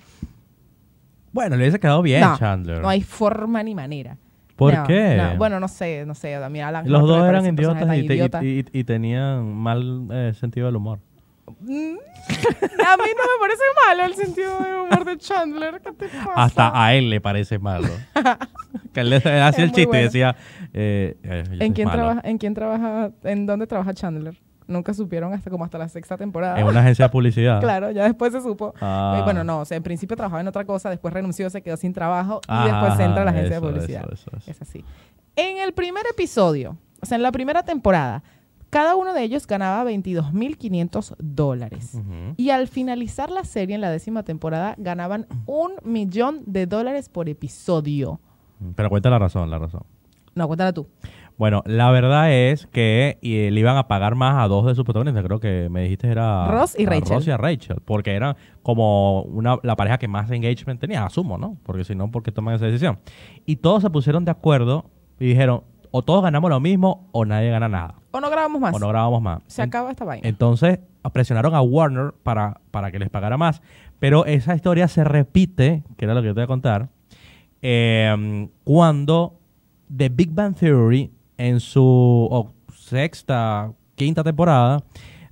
[SPEAKER 1] Bueno, le hubiese quedado bien,
[SPEAKER 2] no,
[SPEAKER 1] Chandler.
[SPEAKER 2] No hay forma ni manera.
[SPEAKER 1] ¿Por
[SPEAKER 2] No,
[SPEAKER 1] qué?
[SPEAKER 2] no, bueno, no sé, no sé. A mí Alan
[SPEAKER 1] Los dos
[SPEAKER 2] Harper me
[SPEAKER 1] eran
[SPEAKER 2] parece un personaje
[SPEAKER 1] idiotas y,
[SPEAKER 2] tan
[SPEAKER 1] te- y-
[SPEAKER 2] idiota.
[SPEAKER 1] y- y tenían mal eh, sentido del humor.
[SPEAKER 2] Mm. a mí no me parece malo el sentido de humor de Chandler. ¿Qué te pasa?
[SPEAKER 1] Hasta a él le parece malo. que él le hacía
[SPEAKER 2] Es
[SPEAKER 1] el
[SPEAKER 2] muy
[SPEAKER 1] chiste y
[SPEAKER 2] bueno.
[SPEAKER 1] decía, eh, eh, yo soy
[SPEAKER 2] ¿En quién,
[SPEAKER 1] malo.
[SPEAKER 2] trabaja, ¿En quién trabaja? ¿En dónde trabaja Chandler? Nunca supieron hasta como hasta la sexta temporada.
[SPEAKER 1] En una agencia de publicidad.
[SPEAKER 2] Claro, ya después se supo.
[SPEAKER 1] Ah.
[SPEAKER 2] Eh, Bueno, no, o sea, en principio trabajaba en otra cosa, después renunció, se quedó sin trabajo y
[SPEAKER 1] Ajá,
[SPEAKER 2] después se entra a la agencia
[SPEAKER 1] eso,
[SPEAKER 2] de publicidad.
[SPEAKER 1] eso, eso, eso.
[SPEAKER 2] Es así. En el primer episodio, o sea, en la primera temporada, cada uno de ellos ganaba 22.500 dólares.
[SPEAKER 1] Ujú.
[SPEAKER 2] Y al finalizar la serie en la décima temporada, ganaban un millón de dólares por episodio.
[SPEAKER 1] Pero cuenta la razón, la razón.
[SPEAKER 2] No, cuéntala tú.
[SPEAKER 1] Bueno, la verdad es que eh, le iban a pagar más a dos de sus protagonistas. Creo que me dijiste era...
[SPEAKER 2] Ross y
[SPEAKER 1] a
[SPEAKER 2] Rachel.
[SPEAKER 1] Ross y a Rachel. Porque eran como una, la pareja que más engagement tenía, asumo, ¿no? Porque si no, ¿por qué toman esa decisión? Y todos se pusieron de acuerdo y dijeron, o todos ganamos lo mismo o nadie gana nada.
[SPEAKER 2] O no grabamos más.
[SPEAKER 1] O no grabamos más.
[SPEAKER 2] Se acaba esta vaina.
[SPEAKER 1] Entonces presionaron a Warner para, para que les pagara más. Pero esa historia se repite, que era lo que yo te voy a contar, eh, cuando The Big Bang Theory, en su o- sexta, quinta temporada,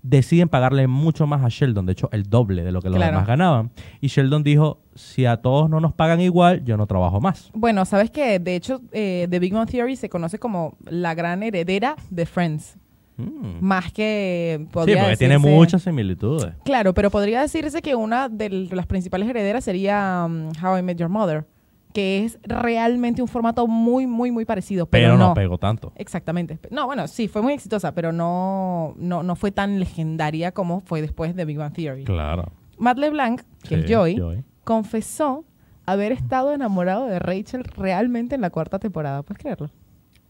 [SPEAKER 1] deciden pagarle mucho más a Sheldon, de hecho el doble de lo que los
[SPEAKER 2] Claro.
[SPEAKER 1] demás ganaban. Y Sheldon dijo, si a todos no nos pagan igual, yo no trabajo más.
[SPEAKER 2] Bueno, sabes que de hecho eh, The Big Bang Theory se conoce como la gran heredera de Friends,
[SPEAKER 1] Mm.
[SPEAKER 2] más que
[SPEAKER 1] Sí,
[SPEAKER 2] podría
[SPEAKER 1] porque tiene
[SPEAKER 2] decirse-
[SPEAKER 1] muchas similitudes.
[SPEAKER 2] Claro, pero podría decirse que una de las principales herederas sería um, How I Met Your Mother, que es realmente un formato muy, muy, muy parecido, pero,
[SPEAKER 1] Pero no,
[SPEAKER 2] no.
[SPEAKER 1] pegó tanto.
[SPEAKER 2] Exactamente. No, bueno, sí, fue muy exitosa, pero no, no, no fue tan legendaria como fue después de Big Bang Theory.
[SPEAKER 1] Claro.
[SPEAKER 2] Matt LeBlanc, que es
[SPEAKER 1] Sí,
[SPEAKER 2] Joey, confesó haber estado enamorado de Rachel realmente en la cuarta temporada. ¿Puedes creerlo?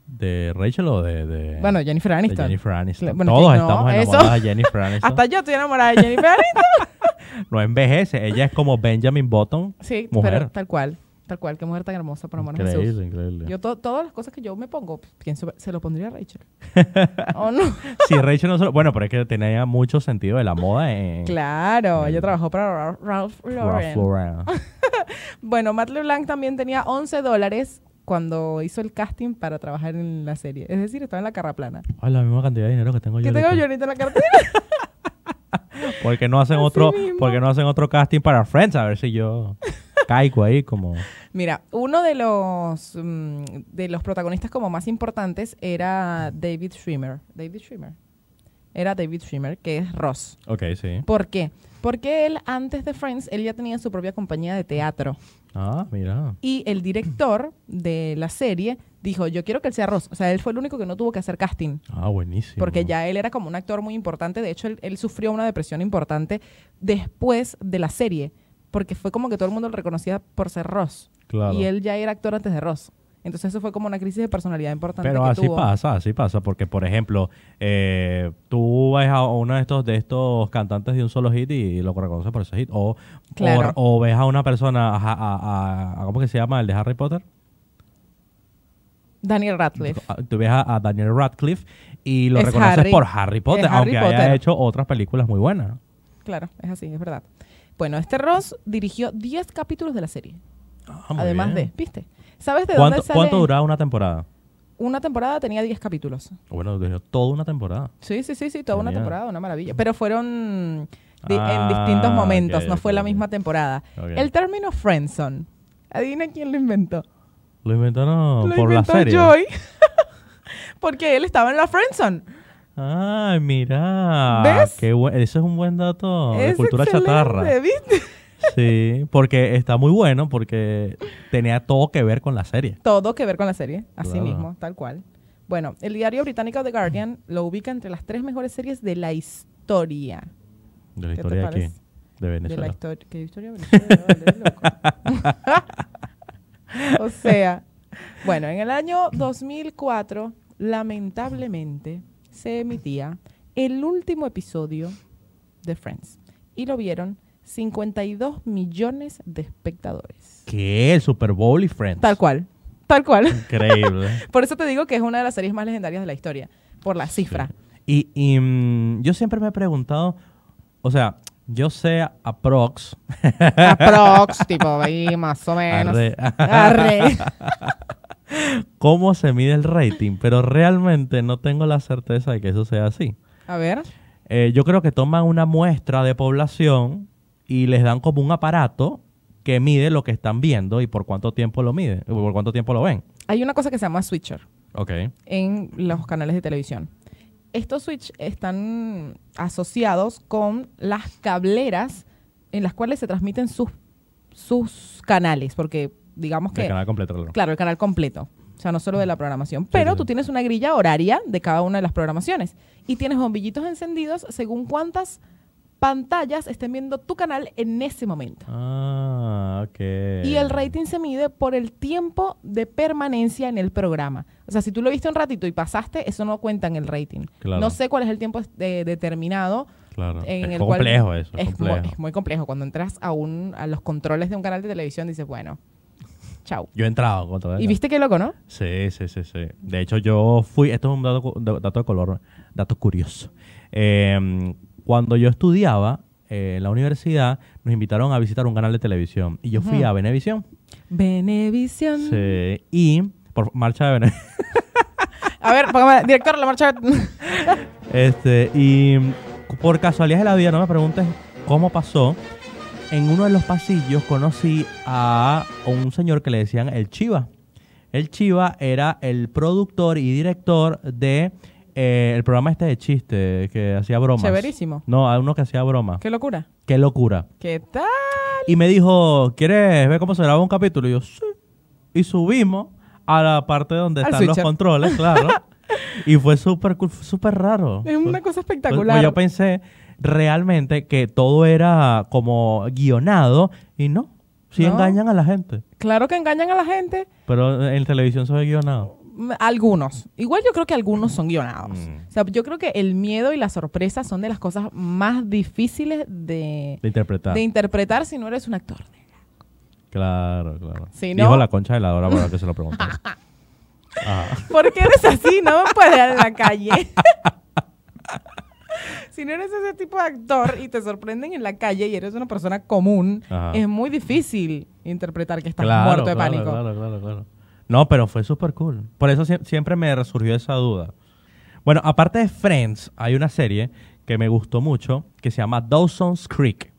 [SPEAKER 1] ¿De Rachel o de, de-
[SPEAKER 2] Bueno, Jennifer
[SPEAKER 1] de
[SPEAKER 2] Aniston.
[SPEAKER 1] Jennifer Aniston?
[SPEAKER 2] Cla- bueno,
[SPEAKER 1] Todos
[SPEAKER 2] que no,
[SPEAKER 1] estamos
[SPEAKER 2] eso-
[SPEAKER 1] enamorados de Jennifer Aniston.
[SPEAKER 2] Hasta yo estoy enamorada de Jennifer Aniston.
[SPEAKER 1] No envejece. Ella es como Benjamin Button.
[SPEAKER 2] Sí,
[SPEAKER 1] Mujer.
[SPEAKER 2] pero tal cual. Tal cual. Qué mujer tan hermosa, por amor a Jesús.
[SPEAKER 1] increíble, increíble.
[SPEAKER 2] Yo to- todas las cosas que yo me pongo, pienso, se lo pondría a Rachel. ¿O no?
[SPEAKER 1] Sí, Rachel no solo... Bueno, pero es que tenía mucho sentido de la moda en...
[SPEAKER 2] Claro,
[SPEAKER 1] Eh.
[SPEAKER 2] ella trabajó para Ra- Ralph
[SPEAKER 1] Ralph
[SPEAKER 2] Lauren.
[SPEAKER 1] Lauren.
[SPEAKER 2] Bueno, Matt LeBlanc también tenía 11 dólares cuando hizo el casting para trabajar en la serie. Es decir, estaba en la carra plana.
[SPEAKER 1] Ay, la misma cantidad de dinero que tengo yo.
[SPEAKER 2] ¿Qué tengo
[SPEAKER 1] ahorita.
[SPEAKER 2] yo ahorita en la cartera?
[SPEAKER 1] Porque no hacen
[SPEAKER 2] Así
[SPEAKER 1] otro,
[SPEAKER 2] mismo.
[SPEAKER 1] porque no hacen otro casting para Friends, a ver si yo caigo ahí como
[SPEAKER 2] Mira, uno de los mm, de los protagonistas como más importantes era David Schwimmer. David Schwimmer. Era David Schwimmer, que es Ross.
[SPEAKER 1] Ok, sí.
[SPEAKER 2] ¿Por qué? Porque él antes de Friends, él ya tenía su propia compañía de teatro.
[SPEAKER 1] Ah, mira.
[SPEAKER 2] Y el director de la serie dijo, yo quiero que él sea Ross. O sea, él fue el único que no tuvo que hacer casting.
[SPEAKER 1] Ah, buenísimo.
[SPEAKER 2] porque ya él era como un actor muy importante. De hecho, él, él sufrió una depresión importante después de la serie, porque fue como que todo el mundo lo reconocía por ser Ross.
[SPEAKER 1] Claro.
[SPEAKER 2] Y él ya era actor antes de Ross. Entonces eso fue como una crisis de personalidad importante
[SPEAKER 1] Pero
[SPEAKER 2] que
[SPEAKER 1] así
[SPEAKER 2] tuvo.
[SPEAKER 1] pasa, así pasa, porque por ejemplo, eh, tú ves a uno de estos de estos cantantes de un solo hit y lo reconoces por ese hit, o,
[SPEAKER 2] Claro.
[SPEAKER 1] o, o ves a una persona, a, a- a- a- ¿cómo que se llama? El de Harry Potter.
[SPEAKER 2] Daniel Radcliffe.
[SPEAKER 1] Ah, Tú ves a, a Daniel Radcliffe y lo
[SPEAKER 2] Es
[SPEAKER 1] reconoces
[SPEAKER 2] Harry.
[SPEAKER 1] por Harry Potter,
[SPEAKER 2] Es Harry
[SPEAKER 1] aunque haya
[SPEAKER 2] Potter.
[SPEAKER 1] hecho otras películas muy buenas.
[SPEAKER 2] Claro, es así, es verdad. Bueno, este Ross dirigió 10 capítulos de la serie,
[SPEAKER 1] Ah, muy
[SPEAKER 2] además
[SPEAKER 1] bien.
[SPEAKER 2] de, ¿viste? ¿Sabes de
[SPEAKER 1] ¿Cuánto,
[SPEAKER 2] dónde sale?
[SPEAKER 1] ¿Cuánto duraba una temporada?
[SPEAKER 2] Una temporada tenía 10 capítulos.
[SPEAKER 1] Bueno, duró toda una temporada.
[SPEAKER 2] Sí, sí, sí, sí, toda una
[SPEAKER 1] Genial.
[SPEAKER 2] temporada, una maravilla. Pero fueron di-
[SPEAKER 1] Ah,
[SPEAKER 2] en distintos momentos,
[SPEAKER 1] ok,
[SPEAKER 2] no
[SPEAKER 1] ok,
[SPEAKER 2] fue la
[SPEAKER 1] ok.
[SPEAKER 2] misma temporada.
[SPEAKER 1] Ok.
[SPEAKER 2] El término friendzone, adivina quién lo inventó.
[SPEAKER 1] Lo inventaron
[SPEAKER 2] lo
[SPEAKER 1] por
[SPEAKER 2] inventó
[SPEAKER 1] la serie.
[SPEAKER 2] Joy, porque él estaba en la friendzone.
[SPEAKER 1] Ay, mira.
[SPEAKER 2] ¿Ves?
[SPEAKER 1] Qué buen- Eso es un buen dato de
[SPEAKER 2] Es
[SPEAKER 1] cultura
[SPEAKER 2] excelente,
[SPEAKER 1] chatarra.
[SPEAKER 2] ¿viste?
[SPEAKER 1] Sí, porque está muy bueno porque tenía todo que ver con la serie.
[SPEAKER 2] Todo que ver con la serie, así
[SPEAKER 1] Claro.
[SPEAKER 2] mismo, tal cual. Bueno, el diario británico The Guardian lo ubica entre las tres mejores series de la historia.
[SPEAKER 1] De la
[SPEAKER 2] ¿Qué te
[SPEAKER 1] historia de aquí,
[SPEAKER 2] parece?
[SPEAKER 1] de
[SPEAKER 2] De la
[SPEAKER 1] Venezuela.
[SPEAKER 2] historia. ¿Qué historia? Venezuela, vale, loco. o sea, bueno, en el año 2004, lamentablemente, se emitía el último episodio de Friends. Y lo vieron 52 millones de espectadores.
[SPEAKER 1] ¿Qué? El Super Bowl y Friends.
[SPEAKER 2] Tal cual, tal cual.
[SPEAKER 1] Increíble.
[SPEAKER 2] Por eso te digo que es una de las series más legendarias de la historia, por la cifra.
[SPEAKER 1] Y, y, mm, yo siempre me he preguntado, o sea, yo sé aprox,
[SPEAKER 2] Aprox, tipo, ahí más o menos.
[SPEAKER 1] Arre.
[SPEAKER 2] Arre.
[SPEAKER 1] cómo se mide el rating, pero realmente no tengo la certeza de que eso sea así.
[SPEAKER 2] A ver.
[SPEAKER 1] Eh, yo creo que toman una muestra de población y les dan como un aparato que mide lo que están viendo y por cuánto tiempo lo mide, o por cuánto tiempo lo ven.
[SPEAKER 2] Hay una cosa que se llama switcher
[SPEAKER 1] Ok.
[SPEAKER 2] en los canales de televisión. Estos switch están asociados con las cableras en las cuales se transmiten sus, sus canales, porque digamos que...
[SPEAKER 1] El canal completo. claro.
[SPEAKER 2] Claro, el canal completo. O sea, no solo de la programación. Pero
[SPEAKER 1] sí,
[SPEAKER 2] tú
[SPEAKER 1] sí.
[SPEAKER 2] tienes una grilla horaria de cada una de las programaciones. Y tienes bombillitos encendidos según cuántas pantallas estén viendo tu canal en ese momento.
[SPEAKER 1] Ah, ok.
[SPEAKER 2] Y el rating se mide por el tiempo de permanencia en el programa. O sea, si tú lo viste un ratito y pasaste, eso no cuenta en el rating.
[SPEAKER 1] Claro.
[SPEAKER 2] No sé cuál es el tiempo eh, determinado.
[SPEAKER 1] Claro.
[SPEAKER 2] En
[SPEAKER 1] es
[SPEAKER 2] el cual-
[SPEAKER 1] complejo eso. Es,
[SPEAKER 2] Es, mu-
[SPEAKER 1] complejo.
[SPEAKER 2] es muy complejo. Cuando entras a, un, a los controles de un canal de televisión, dices, bueno, chau.
[SPEAKER 1] Yo he entrado contra
[SPEAKER 2] Y viste qué loco, ¿no?
[SPEAKER 1] Sí, sí, sí, sí. De hecho, yo fui, esto es un dato, cu- de- dato de color, dato curioso. Eh, cuando yo estudiaba eh, en la universidad, nos invitaron a visitar un canal de televisión y yo fui
[SPEAKER 2] Ujú.
[SPEAKER 1] a Venevisión.
[SPEAKER 2] Benevisión.
[SPEAKER 1] Sí, y por marcha de Venevisión.
[SPEAKER 2] A ver, póngame- director, la marcha.
[SPEAKER 1] Este, y por casualidad de la vida, no me preguntes cómo pasó. En uno de los pasillos conocí a un señor que le decían el Chiva. El Chiva era el productor y director de eh, el programa este de chiste que hacía bromas.
[SPEAKER 2] Severísimo.
[SPEAKER 1] No, a uno que hacía bromas.
[SPEAKER 2] Qué locura.
[SPEAKER 1] Qué locura.
[SPEAKER 2] ¿Qué tal?
[SPEAKER 1] Y me dijo, ¿quieres ver cómo se graba un capítulo? Y yo, sí. Y subimos a la parte donde
[SPEAKER 2] Al
[SPEAKER 1] están los
[SPEAKER 2] switcher.
[SPEAKER 1] controles, claro. y fue súper cool, fue súper raro.
[SPEAKER 2] Es una
[SPEAKER 1] Fue-
[SPEAKER 2] cosa
[SPEAKER 1] pues,
[SPEAKER 2] espectacular.
[SPEAKER 1] yo pensé realmente que todo era como guionado y no. Sí
[SPEAKER 2] No.
[SPEAKER 1] engañan a la gente.
[SPEAKER 2] Claro que engañan a la gente.
[SPEAKER 1] Pero en televisión se ve guionado.
[SPEAKER 2] Mm, Algunos. Igual yo creo que algunos son guionados.
[SPEAKER 1] Mm.
[SPEAKER 2] O sea, yo creo que el miedo y la sorpresa son de las cosas más difíciles de,
[SPEAKER 1] De interpretar.
[SPEAKER 2] de interpretar si no eres un actor.
[SPEAKER 1] Claro, claro.
[SPEAKER 2] Si
[SPEAKER 1] Dijo
[SPEAKER 2] no-
[SPEAKER 1] la concha de la dora para que se lo pregunté. Ajá.
[SPEAKER 2] ¿Por qué eres así? No me puedes dar en la calle. si no eres ese tipo de actor y te sorprenden en la calle y eres una persona común,
[SPEAKER 1] Ajá.
[SPEAKER 2] es muy difícil interpretar que estás
[SPEAKER 1] Claro,
[SPEAKER 2] muerto de
[SPEAKER 1] claro,
[SPEAKER 2] pánico.
[SPEAKER 1] Claro, claro, claro. No, pero fue súper cool. Por eso sie- siempre me resurgió esa duda. Bueno, aparte de Friends, hay una serie que me gustó mucho que se llama Dawson's Creek.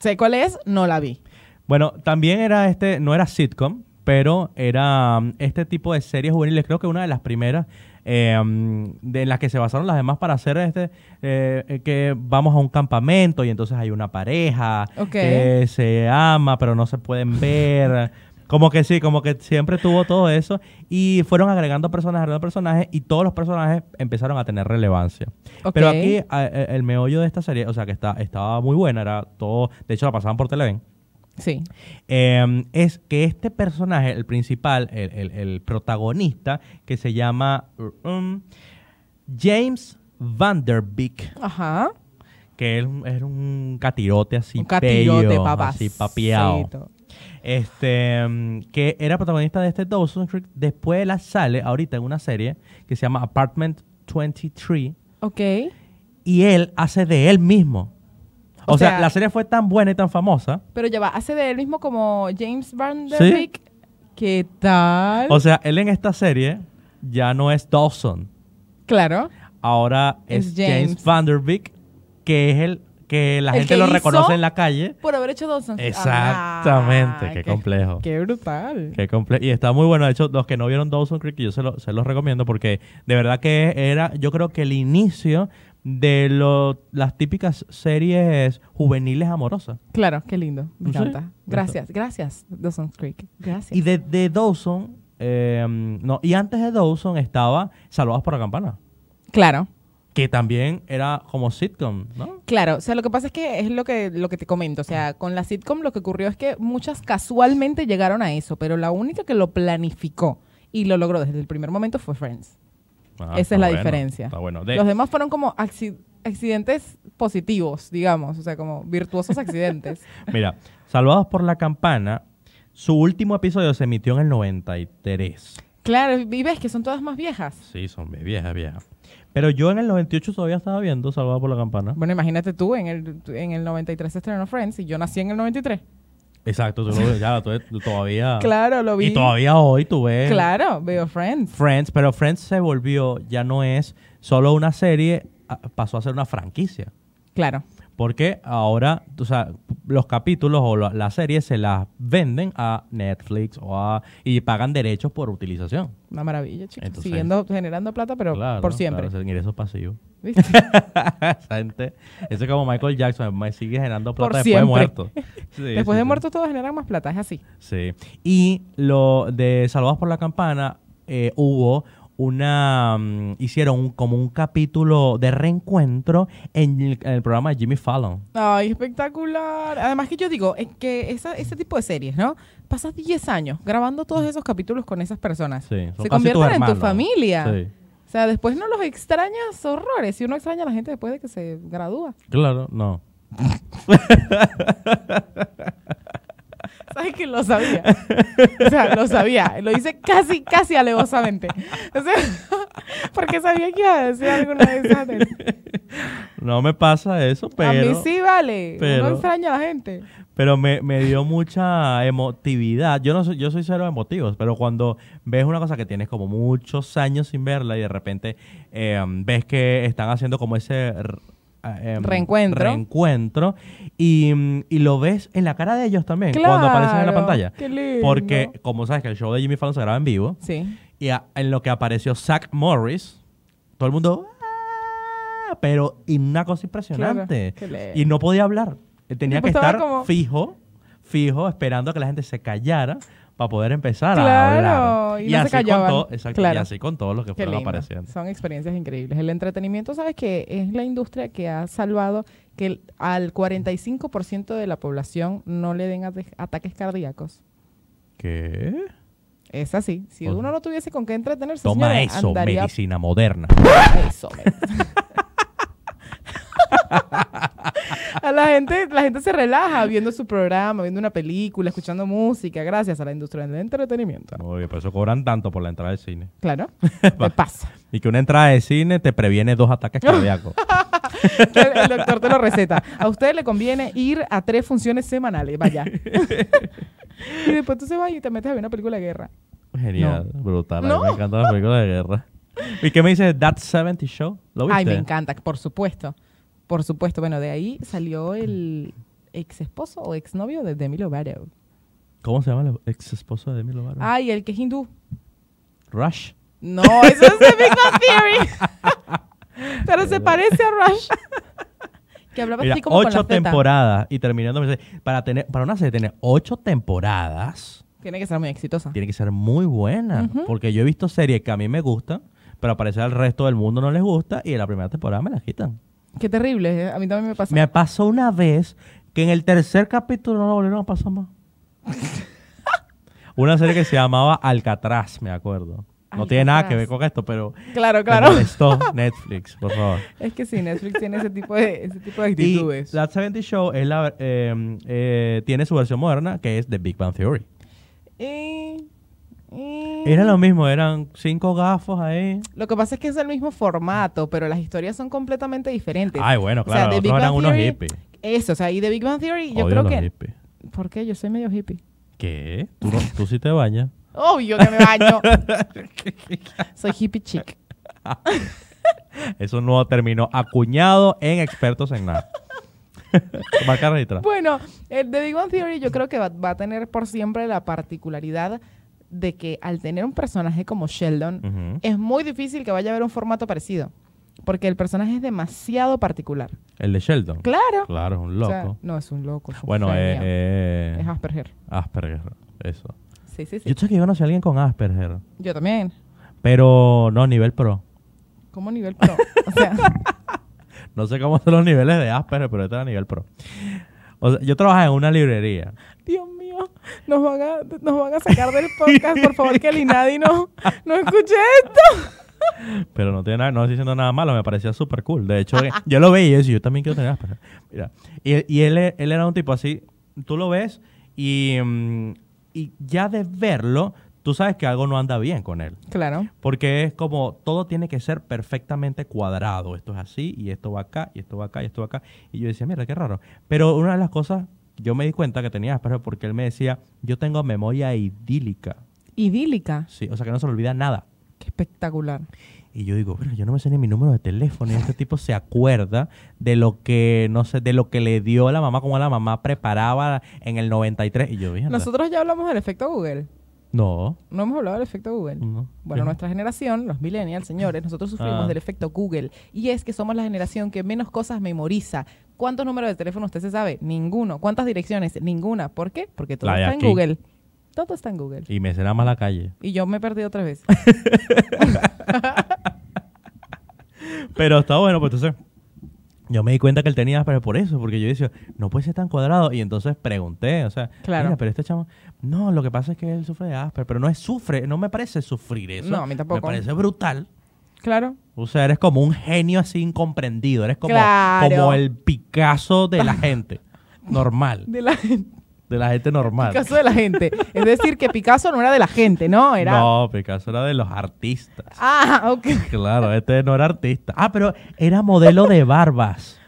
[SPEAKER 2] Sé cuál es, no la vi.
[SPEAKER 1] Bueno, también era este, no era sitcom, pero era um, este tipo de series juveniles. Creo que una de las primeras eh, um, de en las que se basaron las demás para hacer este, eh, eh, que vamos a un campamento y entonces hay una pareja
[SPEAKER 2] Ok.
[SPEAKER 1] que se ama, pero no se pueden ver. Como que sí, como que siempre tuvo todo eso y fueron agregando personajes, agregando personajes y todos los personajes empezaron a tener relevancia.
[SPEAKER 2] Ok.
[SPEAKER 1] Pero aquí a- e- el meollo de esta serie, o sea que está, estaba muy buena, era todo, de hecho la pasaban por Televen.
[SPEAKER 2] Sí.
[SPEAKER 1] Eh, es que este personaje, el principal, el, el- el protagonista, que se llama um, James Vanderbeek,
[SPEAKER 2] Ajá.
[SPEAKER 1] que él era un catirote así,
[SPEAKER 2] Un catillo de
[SPEAKER 1] bello,
[SPEAKER 2] papas.
[SPEAKER 1] así papiado. Este, mm, que era protagonista de este Dawson Creek, después la sale ahorita en una serie que se llama Apartment 23
[SPEAKER 2] Ok.
[SPEAKER 1] y él hace de él mismo. O,
[SPEAKER 2] O
[SPEAKER 1] sea,
[SPEAKER 2] sea-
[SPEAKER 1] la serie fue tan buena y tan famosa
[SPEAKER 2] Pero ya va, hace de él mismo como James Van Der Beek. ¿Qué tal?
[SPEAKER 1] O sea, él en esta serie ya no es Dawson.
[SPEAKER 2] claro.
[SPEAKER 1] Ahora es,
[SPEAKER 2] Es
[SPEAKER 1] James.
[SPEAKER 2] James.
[SPEAKER 1] Vanderbeek, que es el que la
[SPEAKER 2] El
[SPEAKER 1] gente
[SPEAKER 2] que
[SPEAKER 1] lo
[SPEAKER 2] hizo-
[SPEAKER 1] reconoce en la calle.
[SPEAKER 2] Por haber hecho Dawson.
[SPEAKER 1] Exactamente,
[SPEAKER 2] Ah,
[SPEAKER 1] qué complejo.
[SPEAKER 2] Qué brutal.
[SPEAKER 1] Qué comple- y está muy bueno. De hecho, los que no vieron Dawson Creek, yo se, lo- se los recomiendo porque de verdad que era, yo creo que el inicio de lo- las típicas series juveniles amorosas.
[SPEAKER 2] Claro, qué lindo. Me
[SPEAKER 1] Sí.
[SPEAKER 2] encanta. Gracias, gracias, Dawson's Creek. Gracias.
[SPEAKER 1] Y de, de Dawson, eh, no, y antes de Dawson estaba Salvados por la Campana,
[SPEAKER 2] Claro,
[SPEAKER 1] que también era como sitcom, ¿no?
[SPEAKER 2] claro. O sea, lo que pasa es que es lo que, lo que te comento. O sea, con la sitcom lo que ocurrió es que muchas casualmente llegaron a eso, pero la única que lo planificó y lo logró desde el primer momento fue Friends.
[SPEAKER 1] Ah,
[SPEAKER 2] Esa
[SPEAKER 1] está
[SPEAKER 2] es la
[SPEAKER 1] bueno,
[SPEAKER 2] diferencia.
[SPEAKER 1] Está bueno. De-
[SPEAKER 2] Los demás fueron como acci- accidentes positivos, digamos. O sea, como virtuosos accidentes.
[SPEAKER 1] Mira, Salvados por la Campana, su último episodio se emitió en el 93.
[SPEAKER 2] claro, y ves que son todas más viejas.
[SPEAKER 1] Sí, son bien viejas, viejas. Pero yo en el 98 todavía estaba viendo Salvados por la Campana.
[SPEAKER 2] Bueno, imagínate tú, en el, en el 93 se estrenó Friends y yo nací en el 93.
[SPEAKER 1] Exacto, tú lo- ya, tú- tú todavía...
[SPEAKER 2] Claro, lo vi.
[SPEAKER 1] Ah. Y todavía hoy tú ves
[SPEAKER 2] Claro, veo Friends.
[SPEAKER 1] Friends, pero Friends se volvió, ya no es solo una serie, a- pasó a ser una franquicia.
[SPEAKER 2] Claro.
[SPEAKER 1] Porque ahora, o sea, los capítulos o la- las series se las venden a Netflix o a, y pagan derechos por utilización.
[SPEAKER 2] Una maravilla, chicos.
[SPEAKER 1] Entonces-
[SPEAKER 2] Siguiendo generando plata, pero
[SPEAKER 1] Claro,
[SPEAKER 2] por siempre.
[SPEAKER 1] Claro, es ingresos pasivos.
[SPEAKER 2] ¿Viste?
[SPEAKER 1] Esa gente, eso es como Michael Jackson, me sigue generando
[SPEAKER 2] Por
[SPEAKER 1] plata después de
[SPEAKER 2] siempre.
[SPEAKER 1] muerto. Sí,
[SPEAKER 2] Después
[SPEAKER 1] sí,
[SPEAKER 2] de
[SPEAKER 1] sí.
[SPEAKER 2] muertos todos generan más plata, es así.
[SPEAKER 1] Sí. Y lo de Salvados por la Campana, eh, hubo una. mm, hicieron un- como un capítulo de reencuentro en el, en el programa de Jimmy Fallon.
[SPEAKER 2] Ay, espectacular. Además que yo digo, es que esa- ese tipo de series, ¿no? Pasas 10 años grabando todos esos capítulos con esas personas.
[SPEAKER 1] Sí, son
[SPEAKER 2] Se
[SPEAKER 1] casi tus
[SPEAKER 2] convierten en tu
[SPEAKER 1] hermanos.
[SPEAKER 2] familia.
[SPEAKER 1] Sí.
[SPEAKER 2] O sea, después no los extrañas horrores. Si uno extraña a la gente después de que se gradúa.
[SPEAKER 1] Claro, no.
[SPEAKER 2] ¿Sabes que lo sabía? O sea, lo sabía. Lo hice casi, casi alevosamente. O sea, porque sabía que iba a decir alguna de esas. de-
[SPEAKER 1] No me pasa eso,
[SPEAKER 2] a mí
[SPEAKER 1] pero.
[SPEAKER 2] sí vale.
[SPEAKER 1] pero-
[SPEAKER 2] no extraña a la gente.
[SPEAKER 1] Pero me, me dio mucha emotividad. Yo no soy, yo soy cero emotivos, pero cuando ves una cosa que tienes como em, muchos años sin verla y de repente eh, ves que están haciendo como ese r- eh,
[SPEAKER 2] Reencuentro.
[SPEAKER 1] reencuentro, y, mm, y lo ves en la cara de ellos también cuando aparecen en la
[SPEAKER 2] Claro,
[SPEAKER 1] pantalla.
[SPEAKER 2] qué lindo.
[SPEAKER 1] Porque, como sabes, que el show de Jimmy Fallon se graba en vivo
[SPEAKER 2] Sí.
[SPEAKER 1] y a- en lo que apareció Zach Morris, todo el mundo. "Ah", Pero y una cosa impresionante.
[SPEAKER 2] Claro, qué lindo.
[SPEAKER 1] y no podía hablar. Él Tenía
[SPEAKER 2] Tipo,
[SPEAKER 1] que
[SPEAKER 2] estaba
[SPEAKER 1] estar
[SPEAKER 2] como-
[SPEAKER 1] fijo, fijo, esperando a que la gente se callara para poder empezar a
[SPEAKER 2] Claro,
[SPEAKER 1] hablar.
[SPEAKER 2] y no se
[SPEAKER 1] así con
[SPEAKER 2] callaban.
[SPEAKER 1] todo- exacto,
[SPEAKER 2] Claro.
[SPEAKER 1] y así con todos los que
[SPEAKER 2] Qué
[SPEAKER 1] fueron
[SPEAKER 2] lindo.
[SPEAKER 1] apareciendo.
[SPEAKER 2] Son experiencias increíbles. El entretenimiento, ¿sabes que Es la industria que ha salvado que el- al 45% de la población no le den ate- ataques cardíacos.
[SPEAKER 1] ¿Qué?
[SPEAKER 2] Es así. Si
[SPEAKER 1] Ojo.
[SPEAKER 2] uno no tuviese con qué entretenerse,
[SPEAKER 1] Toma
[SPEAKER 2] señora,
[SPEAKER 1] eso,
[SPEAKER 2] andaría
[SPEAKER 1] medicina moderna.
[SPEAKER 2] eso. me- A la gente, la gente se relaja viendo su programa, viendo una película, escuchando música, gracias a la industria del entretenimiento.
[SPEAKER 1] Muy bien, por eso cobran tanto por la entrada de cine.
[SPEAKER 2] Claro, te pasa.
[SPEAKER 1] Y que una entrada de cine te previene dos ataques cardíacos.
[SPEAKER 2] El, el doctor te lo receta. A usted le conviene ir a tres funciones semanales, vaya. y después tú se vas y te metes a ver una película de guerra.
[SPEAKER 1] Genial, brutal. A mí
[SPEAKER 2] No.
[SPEAKER 1] me encantan las películas de guerra. ¿Y qué me dices de That 70 Show? ¿Lo viste?
[SPEAKER 2] Ay, me encanta, por supuesto. Por supuesto, bueno, de ahí salió el ex esposo o exnovio de Demi Lovato.
[SPEAKER 1] ¿Cómo se llama el ex esposo de Demi Lovato?
[SPEAKER 2] Ay, el que es hindú.
[SPEAKER 1] Rush.
[SPEAKER 2] No, eso es The Big Bang Theory. Pero se parece a Rush. Que hablaba
[SPEAKER 1] Mira,
[SPEAKER 2] así como con la
[SPEAKER 1] ocho
[SPEAKER 2] zeta.
[SPEAKER 1] temporadas y terminando me dice, para tener para una serie tener ocho temporadas
[SPEAKER 2] Tiene que ser muy exitosa.
[SPEAKER 1] tiene que ser muy buena porque yo he visto series que a mí me gustan pero al parecer al resto del mundo no les gusta y en la primera temporada me las quitan
[SPEAKER 2] Qué terrible. eh. A mí también me pasa.
[SPEAKER 1] me pasó una vez que en el tercer capítulo no lo volvieron a pasar más una serie que se llamaba Alcatraz me acuerdo no tiene nada que ver
[SPEAKER 2] Alcatraz.
[SPEAKER 1] con esto pero
[SPEAKER 2] Claro,
[SPEAKER 1] me
[SPEAKER 2] claro.
[SPEAKER 1] molestó Netflix por favor
[SPEAKER 2] Es que sí, Netflix tiene ese tipo de, ese tipo de
[SPEAKER 1] Y
[SPEAKER 2] actitudes.
[SPEAKER 1] That 70 Show es la, eh, eh, tiene su versión moderna, que es The Big Bang Theory.
[SPEAKER 2] Eh, eh.
[SPEAKER 1] Era lo mismo, eran cinco gafos ahí.
[SPEAKER 2] Lo que pasa es que es el mismo formato, pero las historias son completamente diferentes.
[SPEAKER 1] Ay, bueno,
[SPEAKER 2] O sea,
[SPEAKER 1] claro,
[SPEAKER 2] The
[SPEAKER 1] los
[SPEAKER 2] Big
[SPEAKER 1] otros eran
[SPEAKER 2] Bang
[SPEAKER 1] unos
[SPEAKER 2] Theory-
[SPEAKER 1] hippies.
[SPEAKER 2] Eso, o sea, y de Big Bang Theory, yo
[SPEAKER 1] Odio
[SPEAKER 2] creo
[SPEAKER 1] los
[SPEAKER 2] que.
[SPEAKER 1] hippies.
[SPEAKER 2] ¿Por qué? Yo soy medio hippie.
[SPEAKER 1] ¿Qué? ¿Tú, no- tú sí te bañas.
[SPEAKER 2] Obvio que me baño. soy hippie chic.
[SPEAKER 1] Eso no terminó acuñado en expertos en nada. Marca registrada.
[SPEAKER 2] Bueno, el The Big Bang Theory yo creo que va, va a tener por siempre la particularidad de que al tener un personaje como Sheldon,
[SPEAKER 1] Ujú.
[SPEAKER 2] es muy difícil que vaya a haber un formato parecido. Porque el personaje es demasiado particular.
[SPEAKER 1] El de Sheldon.
[SPEAKER 2] Claro.
[SPEAKER 1] Claro, es un
[SPEAKER 2] O
[SPEAKER 1] loco.
[SPEAKER 2] sea, no, es un loco. es un
[SPEAKER 1] bueno, eh,
[SPEAKER 2] genio.
[SPEAKER 1] eh,
[SPEAKER 2] es Asperger.
[SPEAKER 1] Asperger. Eso.
[SPEAKER 2] Sí, sí, sí.
[SPEAKER 1] Yo sé que yo conocí a alguien con Asperger,
[SPEAKER 2] Yo también.
[SPEAKER 1] pero no a nivel pro.
[SPEAKER 2] Como nivel pro. O sea,
[SPEAKER 1] No sé cómo son los niveles de Asperger, pero este era nivel pro. O sea, yo trabajaba en una librería.
[SPEAKER 2] Dios mío, nos van, a, nos van a sacar del podcast. Por favor, que el Inadi no, no escuche esto.
[SPEAKER 1] Pero no tiene nada, no estoy diciendo nada malo, me parecía súper cool. De hecho, yo lo veía y yo decía, yo también quiero tener Asperger. Mira, y, y él, e- él era un tipo así, tú lo ves y, mm, y ya de verlo, tú sabes que algo no anda bien con él.
[SPEAKER 2] Claro.
[SPEAKER 1] Porque es como todo tiene que ser perfectamente cuadrado. Esto es así, y esto va acá, y esto va acá, y esto va acá. Y yo decía, mira, qué raro. Pero una de las cosas, yo me di cuenta que tenía Asperger porque él me decía, yo tengo memoria idílica.
[SPEAKER 2] Idílica.
[SPEAKER 1] Sí, o sea que no se le olvida nada.
[SPEAKER 2] Qué espectacular.
[SPEAKER 1] Y yo digo, pero yo no me sé ni mi número de teléfono. Y este tipo se acuerda de lo que, no sé, de lo que le dio la mamá, como la mamá preparaba en el 93. Y yo, mira,
[SPEAKER 2] Nosotros ya hablamos del efecto Google.
[SPEAKER 1] no,
[SPEAKER 2] No hemos hablado del efecto Google.
[SPEAKER 1] no. Fíjate.
[SPEAKER 2] Bueno, nuestra generación, los millennials, señores, nosotros sufrimos
[SPEAKER 1] Ah.
[SPEAKER 2] del efecto Google. Y es que somos la generación que menos cosas memoriza. ¿Cuántos números de teléfono usted se sabe? Ninguno. ¿Cuántas direcciones? Ninguna. ¿Por qué? Porque todo
[SPEAKER 1] La de
[SPEAKER 2] está en
[SPEAKER 1] aquí.
[SPEAKER 2] Google. Todo está en Google.
[SPEAKER 1] Y me será más la calle.
[SPEAKER 2] Y yo me he perdido tres veces.
[SPEAKER 1] Pero está bueno, pues entonces yo me di cuenta que él tenía Asperger por eso, porque yo decía, no puede ser tan cuadrado. Y entonces pregunté, o sea,
[SPEAKER 2] Claro.
[SPEAKER 1] mira, pero este chamo, no, lo que pasa es que él sufre de Asperger, pero no es sufre, no me parece sufrir eso.
[SPEAKER 2] No, a mí
[SPEAKER 1] Me
[SPEAKER 2] tampoco.
[SPEAKER 1] parece brutal.
[SPEAKER 2] claro.
[SPEAKER 1] O sea, eres como un genio así incomprendido, eres como,
[SPEAKER 2] Claro.
[SPEAKER 1] como el Picasso de la gente, normal,
[SPEAKER 2] De la gente.
[SPEAKER 1] de la gente normal.
[SPEAKER 2] Picasso de la gente. Es decir, que Picasso no era de la gente, ¿no? Era.
[SPEAKER 1] No, Picasso era de los artistas.
[SPEAKER 2] Ah, ok.
[SPEAKER 1] Claro, este no era artista. Ah, pero era modelo de barbas.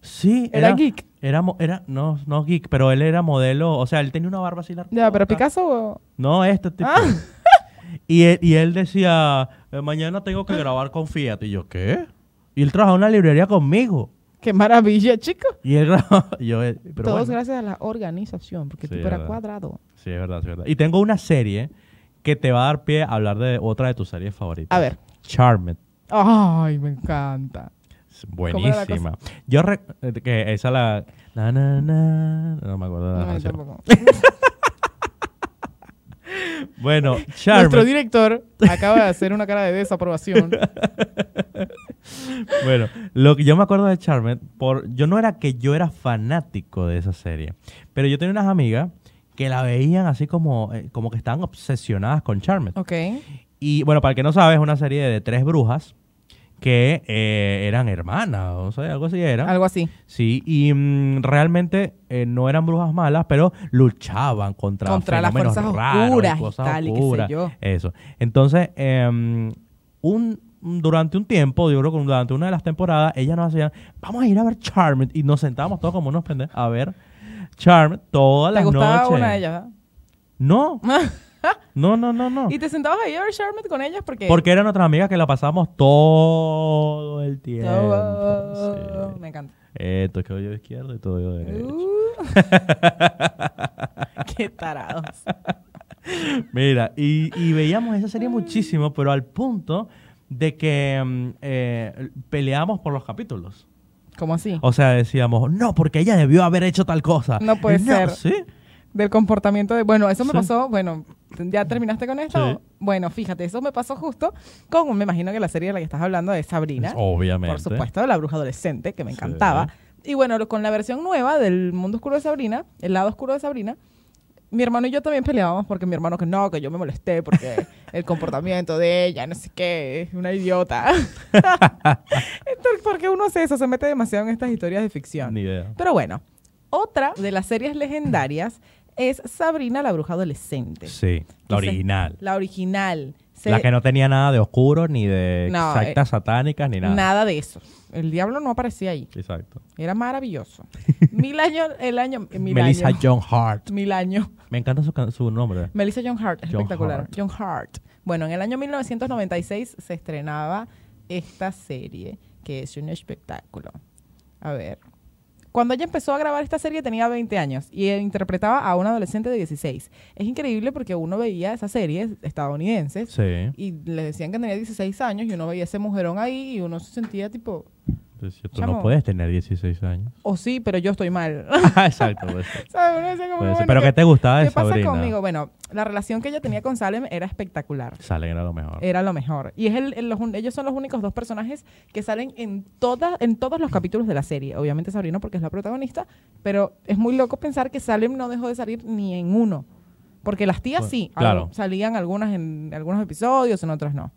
[SPEAKER 1] Sí,
[SPEAKER 2] Era geek.
[SPEAKER 1] Era, mo- era, no, no geek, pero él era modelo, o sea, él tenía una barba así larga.
[SPEAKER 2] Ya, pero Picasso.
[SPEAKER 1] No, este tipo.
[SPEAKER 2] Ah.
[SPEAKER 1] Y, él, y él decía, "Eh, mañana tengo que grabar con Fiat. Y yo, ¿qué? Y él trabajaba en una librería conmigo.
[SPEAKER 2] Qué maravilla, chicos.
[SPEAKER 1] Y él grabó- yo, eh, pero
[SPEAKER 2] Todos
[SPEAKER 1] bueno.
[SPEAKER 2] gracias a la organización, porque
[SPEAKER 1] Sí,
[SPEAKER 2] tú eras
[SPEAKER 1] verdad.
[SPEAKER 2] cuadrado.
[SPEAKER 1] Sí, es verdad, sí, es verdad. Y tengo una serie que te va a dar pie a hablar de otra de tus series favoritas.
[SPEAKER 2] A ver.
[SPEAKER 1] Charmed.
[SPEAKER 2] Ay, me encanta.
[SPEAKER 1] Es
[SPEAKER 2] ¿Cómo era la
[SPEAKER 1] Buenísima. Yo re- eh, que esa la na, na, na, no me acuerdo de la
[SPEAKER 2] No,
[SPEAKER 1] canción.
[SPEAKER 2] tampoco.
[SPEAKER 1] Bueno,
[SPEAKER 2] Nuestro
[SPEAKER 1] Charmed.
[SPEAKER 2] director acaba de hacer una cara de desaprobación.
[SPEAKER 1] Bueno, lo que yo me acuerdo de Charmed, por, yo no era que yo era fanático de esa serie, pero yo tenía unas amigas que la veían así como, eh, como que estaban obsesionadas con Charmed.
[SPEAKER 2] ok.
[SPEAKER 1] Y bueno, para el que no sabe, es una serie de tres brujas que eh, eran hermanas, o sea, algo así era.
[SPEAKER 2] Algo así.
[SPEAKER 1] Sí, y mm, realmente eh, no eran brujas malas, pero luchaban contra,
[SPEAKER 2] Contra las
[SPEAKER 1] fenómenos
[SPEAKER 2] fuerzas
[SPEAKER 1] raros
[SPEAKER 2] oscuras y
[SPEAKER 1] cosas
[SPEAKER 2] tal, y qué sé
[SPEAKER 1] oscuras,
[SPEAKER 2] yo.
[SPEAKER 1] Eso. Entonces, em, un, durante un tiempo, yo creo que durante una de las temporadas, ellas nos hacían, vamos a ir a ver Charmed. Y nos sentábamos todos como unos pendejos a ver Charmed todas
[SPEAKER 2] ¿Te
[SPEAKER 1] las
[SPEAKER 2] gustaba
[SPEAKER 1] noches.
[SPEAKER 2] una de ellas?
[SPEAKER 1] No,
[SPEAKER 2] ¿verdad?
[SPEAKER 1] no, no, no, no.
[SPEAKER 2] ¿Y te sentabas ahí a ver Charmed con ellas? Porque...
[SPEAKER 1] Porque eran nuestras amigas que la pasamos todo el tiempo.
[SPEAKER 2] Oh,
[SPEAKER 1] pues, sí. Eh,
[SPEAKER 2] Me encanta.
[SPEAKER 1] Esto es que yo izquierdo y todo yo derecho.
[SPEAKER 2] Uh. Qué tarados.
[SPEAKER 1] Mira, y, y veíamos esa serie muchísimo, pero al punto de que mm, eh, peleamos por los capítulos.
[SPEAKER 2] ¿Cómo así?
[SPEAKER 1] O sea, decíamos, no, porque ella debió haber hecho tal cosa.
[SPEAKER 2] No puede ser.
[SPEAKER 1] Sí,
[SPEAKER 2] Del comportamiento de... Bueno, eso me
[SPEAKER 1] Sí.
[SPEAKER 2] pasó... Bueno, ¿ya terminaste con esto?
[SPEAKER 1] Sí.
[SPEAKER 2] Bueno, fíjate, eso me pasó justo con... Me imagino que la serie de la que estás hablando es Sabrina.
[SPEAKER 1] obviamente.
[SPEAKER 2] Por supuesto, de la bruja adolescente, que me
[SPEAKER 1] Sí.
[SPEAKER 2] encantaba. Y bueno, lo- con la versión nueva del mundo oscuro de Sabrina, el lado oscuro de Sabrina, mi hermano y yo también peleábamos porque mi hermano que no, que yo me molesté porque el comportamiento de ella, no sé qué, es una idiota. Entonces, ¿por qué uno hace eso? Se mete demasiado en estas historias de ficción.
[SPEAKER 1] Ni idea.
[SPEAKER 2] Pero bueno, otra de las series legendarias es Sabrina la bruja adolescente.
[SPEAKER 1] Sí, la
[SPEAKER 2] Entonces,
[SPEAKER 1] original.
[SPEAKER 2] La original. Se-
[SPEAKER 1] La que no tenía nada de oscuro, ni de
[SPEAKER 2] No, eh,
[SPEAKER 1] exactas satánicas, ni nada.
[SPEAKER 2] nada. de eso. El diablo no aparecía ahí.
[SPEAKER 1] Exacto.
[SPEAKER 2] Era maravilloso. Mil años, el año, eh, mil
[SPEAKER 1] Melissa
[SPEAKER 2] años.
[SPEAKER 1] John Hart.
[SPEAKER 2] Mil años.
[SPEAKER 1] Me encanta su, can- su nombre.
[SPEAKER 2] Melissa John Hart, es
[SPEAKER 1] John
[SPEAKER 2] espectacular.
[SPEAKER 1] Hart.
[SPEAKER 2] John Hart. Bueno, en el año 1996 se estrenaba esta serie, que es un espectáculo. A ver. Cuando ella empezó a grabar esta serie tenía 20 años y él interpretaba a un adolescente de 16. Es increíble porque uno veía esas series estadounidenses
[SPEAKER 1] Sí.
[SPEAKER 2] y les decían que tenía 16 años y uno veía ese mujerón ahí y uno se sentía tipo,
[SPEAKER 1] Entonces, Tú
[SPEAKER 2] Chamo.
[SPEAKER 1] no puedes tener 16 años. Ah,
[SPEAKER 2] oh sí, pero yo estoy mal.
[SPEAKER 1] Exacto. puede ser.
[SPEAKER 2] ¿Sabes? Uno decía como,
[SPEAKER 1] Puede ser.
[SPEAKER 2] bueno,
[SPEAKER 1] Pero
[SPEAKER 2] ¿qué-
[SPEAKER 1] ¿qué te gustaba Ah, de
[SPEAKER 2] ¿Qué pasa
[SPEAKER 1] Sabrina?
[SPEAKER 2] conmigo? Bueno, la relación que ella tenía con Salem era espectacular.
[SPEAKER 1] Salen era lo mejor.
[SPEAKER 2] Era lo mejor. Y es el, el- los un- ellos son los únicos dos personajes que salen en, todas en todos los capítulos de la serie. Obviamente Sabrina porque es la protagonista, pero es muy loco pensar que Salem no dejó de salir ni en uno. Porque las tías
[SPEAKER 1] Bueno,
[SPEAKER 2] sí,
[SPEAKER 1] claro.
[SPEAKER 2] algo- salían algunas en algunos episodios, en otras no.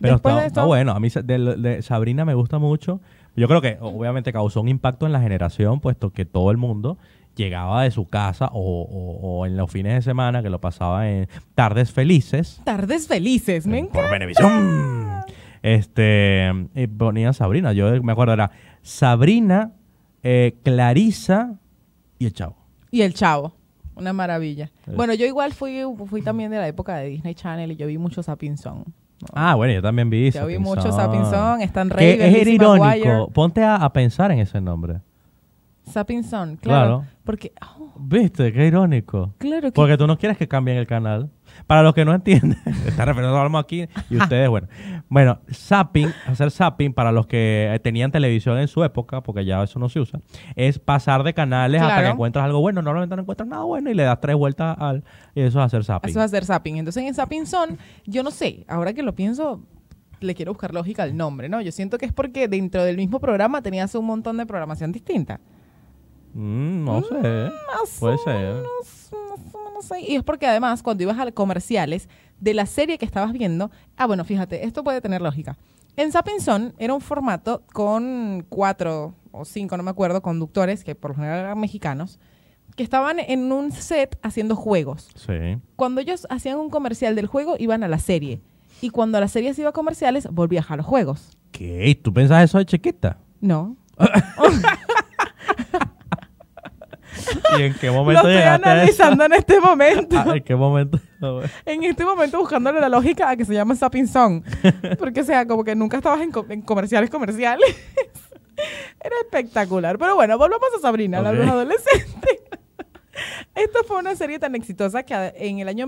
[SPEAKER 1] Pero
[SPEAKER 2] Después
[SPEAKER 1] está,
[SPEAKER 2] de
[SPEAKER 1] está
[SPEAKER 2] esto-
[SPEAKER 1] bueno. A mí sa- de, de Sabrina me gusta mucho. Yo creo que obviamente causó un impacto en la generación, puesto que todo el mundo llegaba de su casa o, o- o en los fines de semana que lo pasaba en tardes felices.
[SPEAKER 2] Tardes felices, me
[SPEAKER 1] por
[SPEAKER 2] encanta.
[SPEAKER 1] Venevisión. Este, y ponían Sabrina. Yo me acuerdo, era Sabrina, eh, Clarisa y el chavo.
[SPEAKER 2] Y el chavo, una maravilla.
[SPEAKER 1] Eh.
[SPEAKER 2] Bueno, yo igual fui, fui también de la época de Disney Channel y yo vi mucho Sapinson.
[SPEAKER 1] Ah, bueno, yo también vi
[SPEAKER 2] Ya vi
[SPEAKER 1] Sapinson.
[SPEAKER 2] mucho Sapinson, Stan
[SPEAKER 1] Que
[SPEAKER 2] Rey,
[SPEAKER 1] es
[SPEAKER 2] Lizzie
[SPEAKER 1] irónico.
[SPEAKER 2] McGuire.
[SPEAKER 1] Ponte a, a pensar en ese nombre.
[SPEAKER 2] Sapinson, claro.
[SPEAKER 1] Claro.
[SPEAKER 2] Porque, oh,
[SPEAKER 1] ¿Viste? Qué irónico.
[SPEAKER 2] claro que.
[SPEAKER 1] Porque tú no quieres que cambien el canal. Para los que no entienden, está refiriendo hablamos aquí y ustedes, bueno. Bueno, zapping, hacer zapping para los que eh, tenían televisión en su época, porque ya eso no se usa, es pasar de canales hasta
[SPEAKER 2] Claro.
[SPEAKER 1] que encuentras algo bueno. Normalmente no encuentras nada bueno y le das tres vueltas al. Y eso es hacer zapping.
[SPEAKER 2] Eso es hacer zapping. Entonces, en Sapinson, yo no sé, ahora que lo pienso, le quiero buscar lógica al nombre, ¿no? Yo siento que es porque dentro del mismo programa tenías un montón de programación distinta.
[SPEAKER 1] Mm, no sé.
[SPEAKER 2] Más
[SPEAKER 1] Puede
[SPEAKER 2] o
[SPEAKER 1] ser.
[SPEAKER 2] menos, más o menos ahí. Y es porque además, cuando ibas a comerciales de la serie que estabas viendo, ah, bueno, fíjate, esto puede tener lógica. En Sapinson era un formato con cuatro o cinco, no me acuerdo, conductores, que por lo general eran mexicanos, que estaban en un set haciendo juegos.
[SPEAKER 1] Sí.
[SPEAKER 2] cuando ellos hacían un comercial del juego, iban a la serie. Y cuando la serie se iba a comerciales, volvía a los juegos.
[SPEAKER 1] ¿Qué? ¿Tú pensabas eso de chiquita?
[SPEAKER 2] No.
[SPEAKER 1] ¿Y en qué
[SPEAKER 2] Lo
[SPEAKER 1] momento
[SPEAKER 2] estoy
[SPEAKER 1] llegaste a eso?
[SPEAKER 2] analizando en este momento.
[SPEAKER 1] Ah, ¿En qué momento?
[SPEAKER 2] En este momento buscándole la lógica a que se llama Sapinson. Porque, o sea, como que nunca estabas en, co- en comerciales comerciales. Era espectacular. Pero bueno, volvamos a Sabrina, la
[SPEAKER 1] Ok.
[SPEAKER 2] bruja adolescente. Esta fue una serie tan exitosa que a- en el año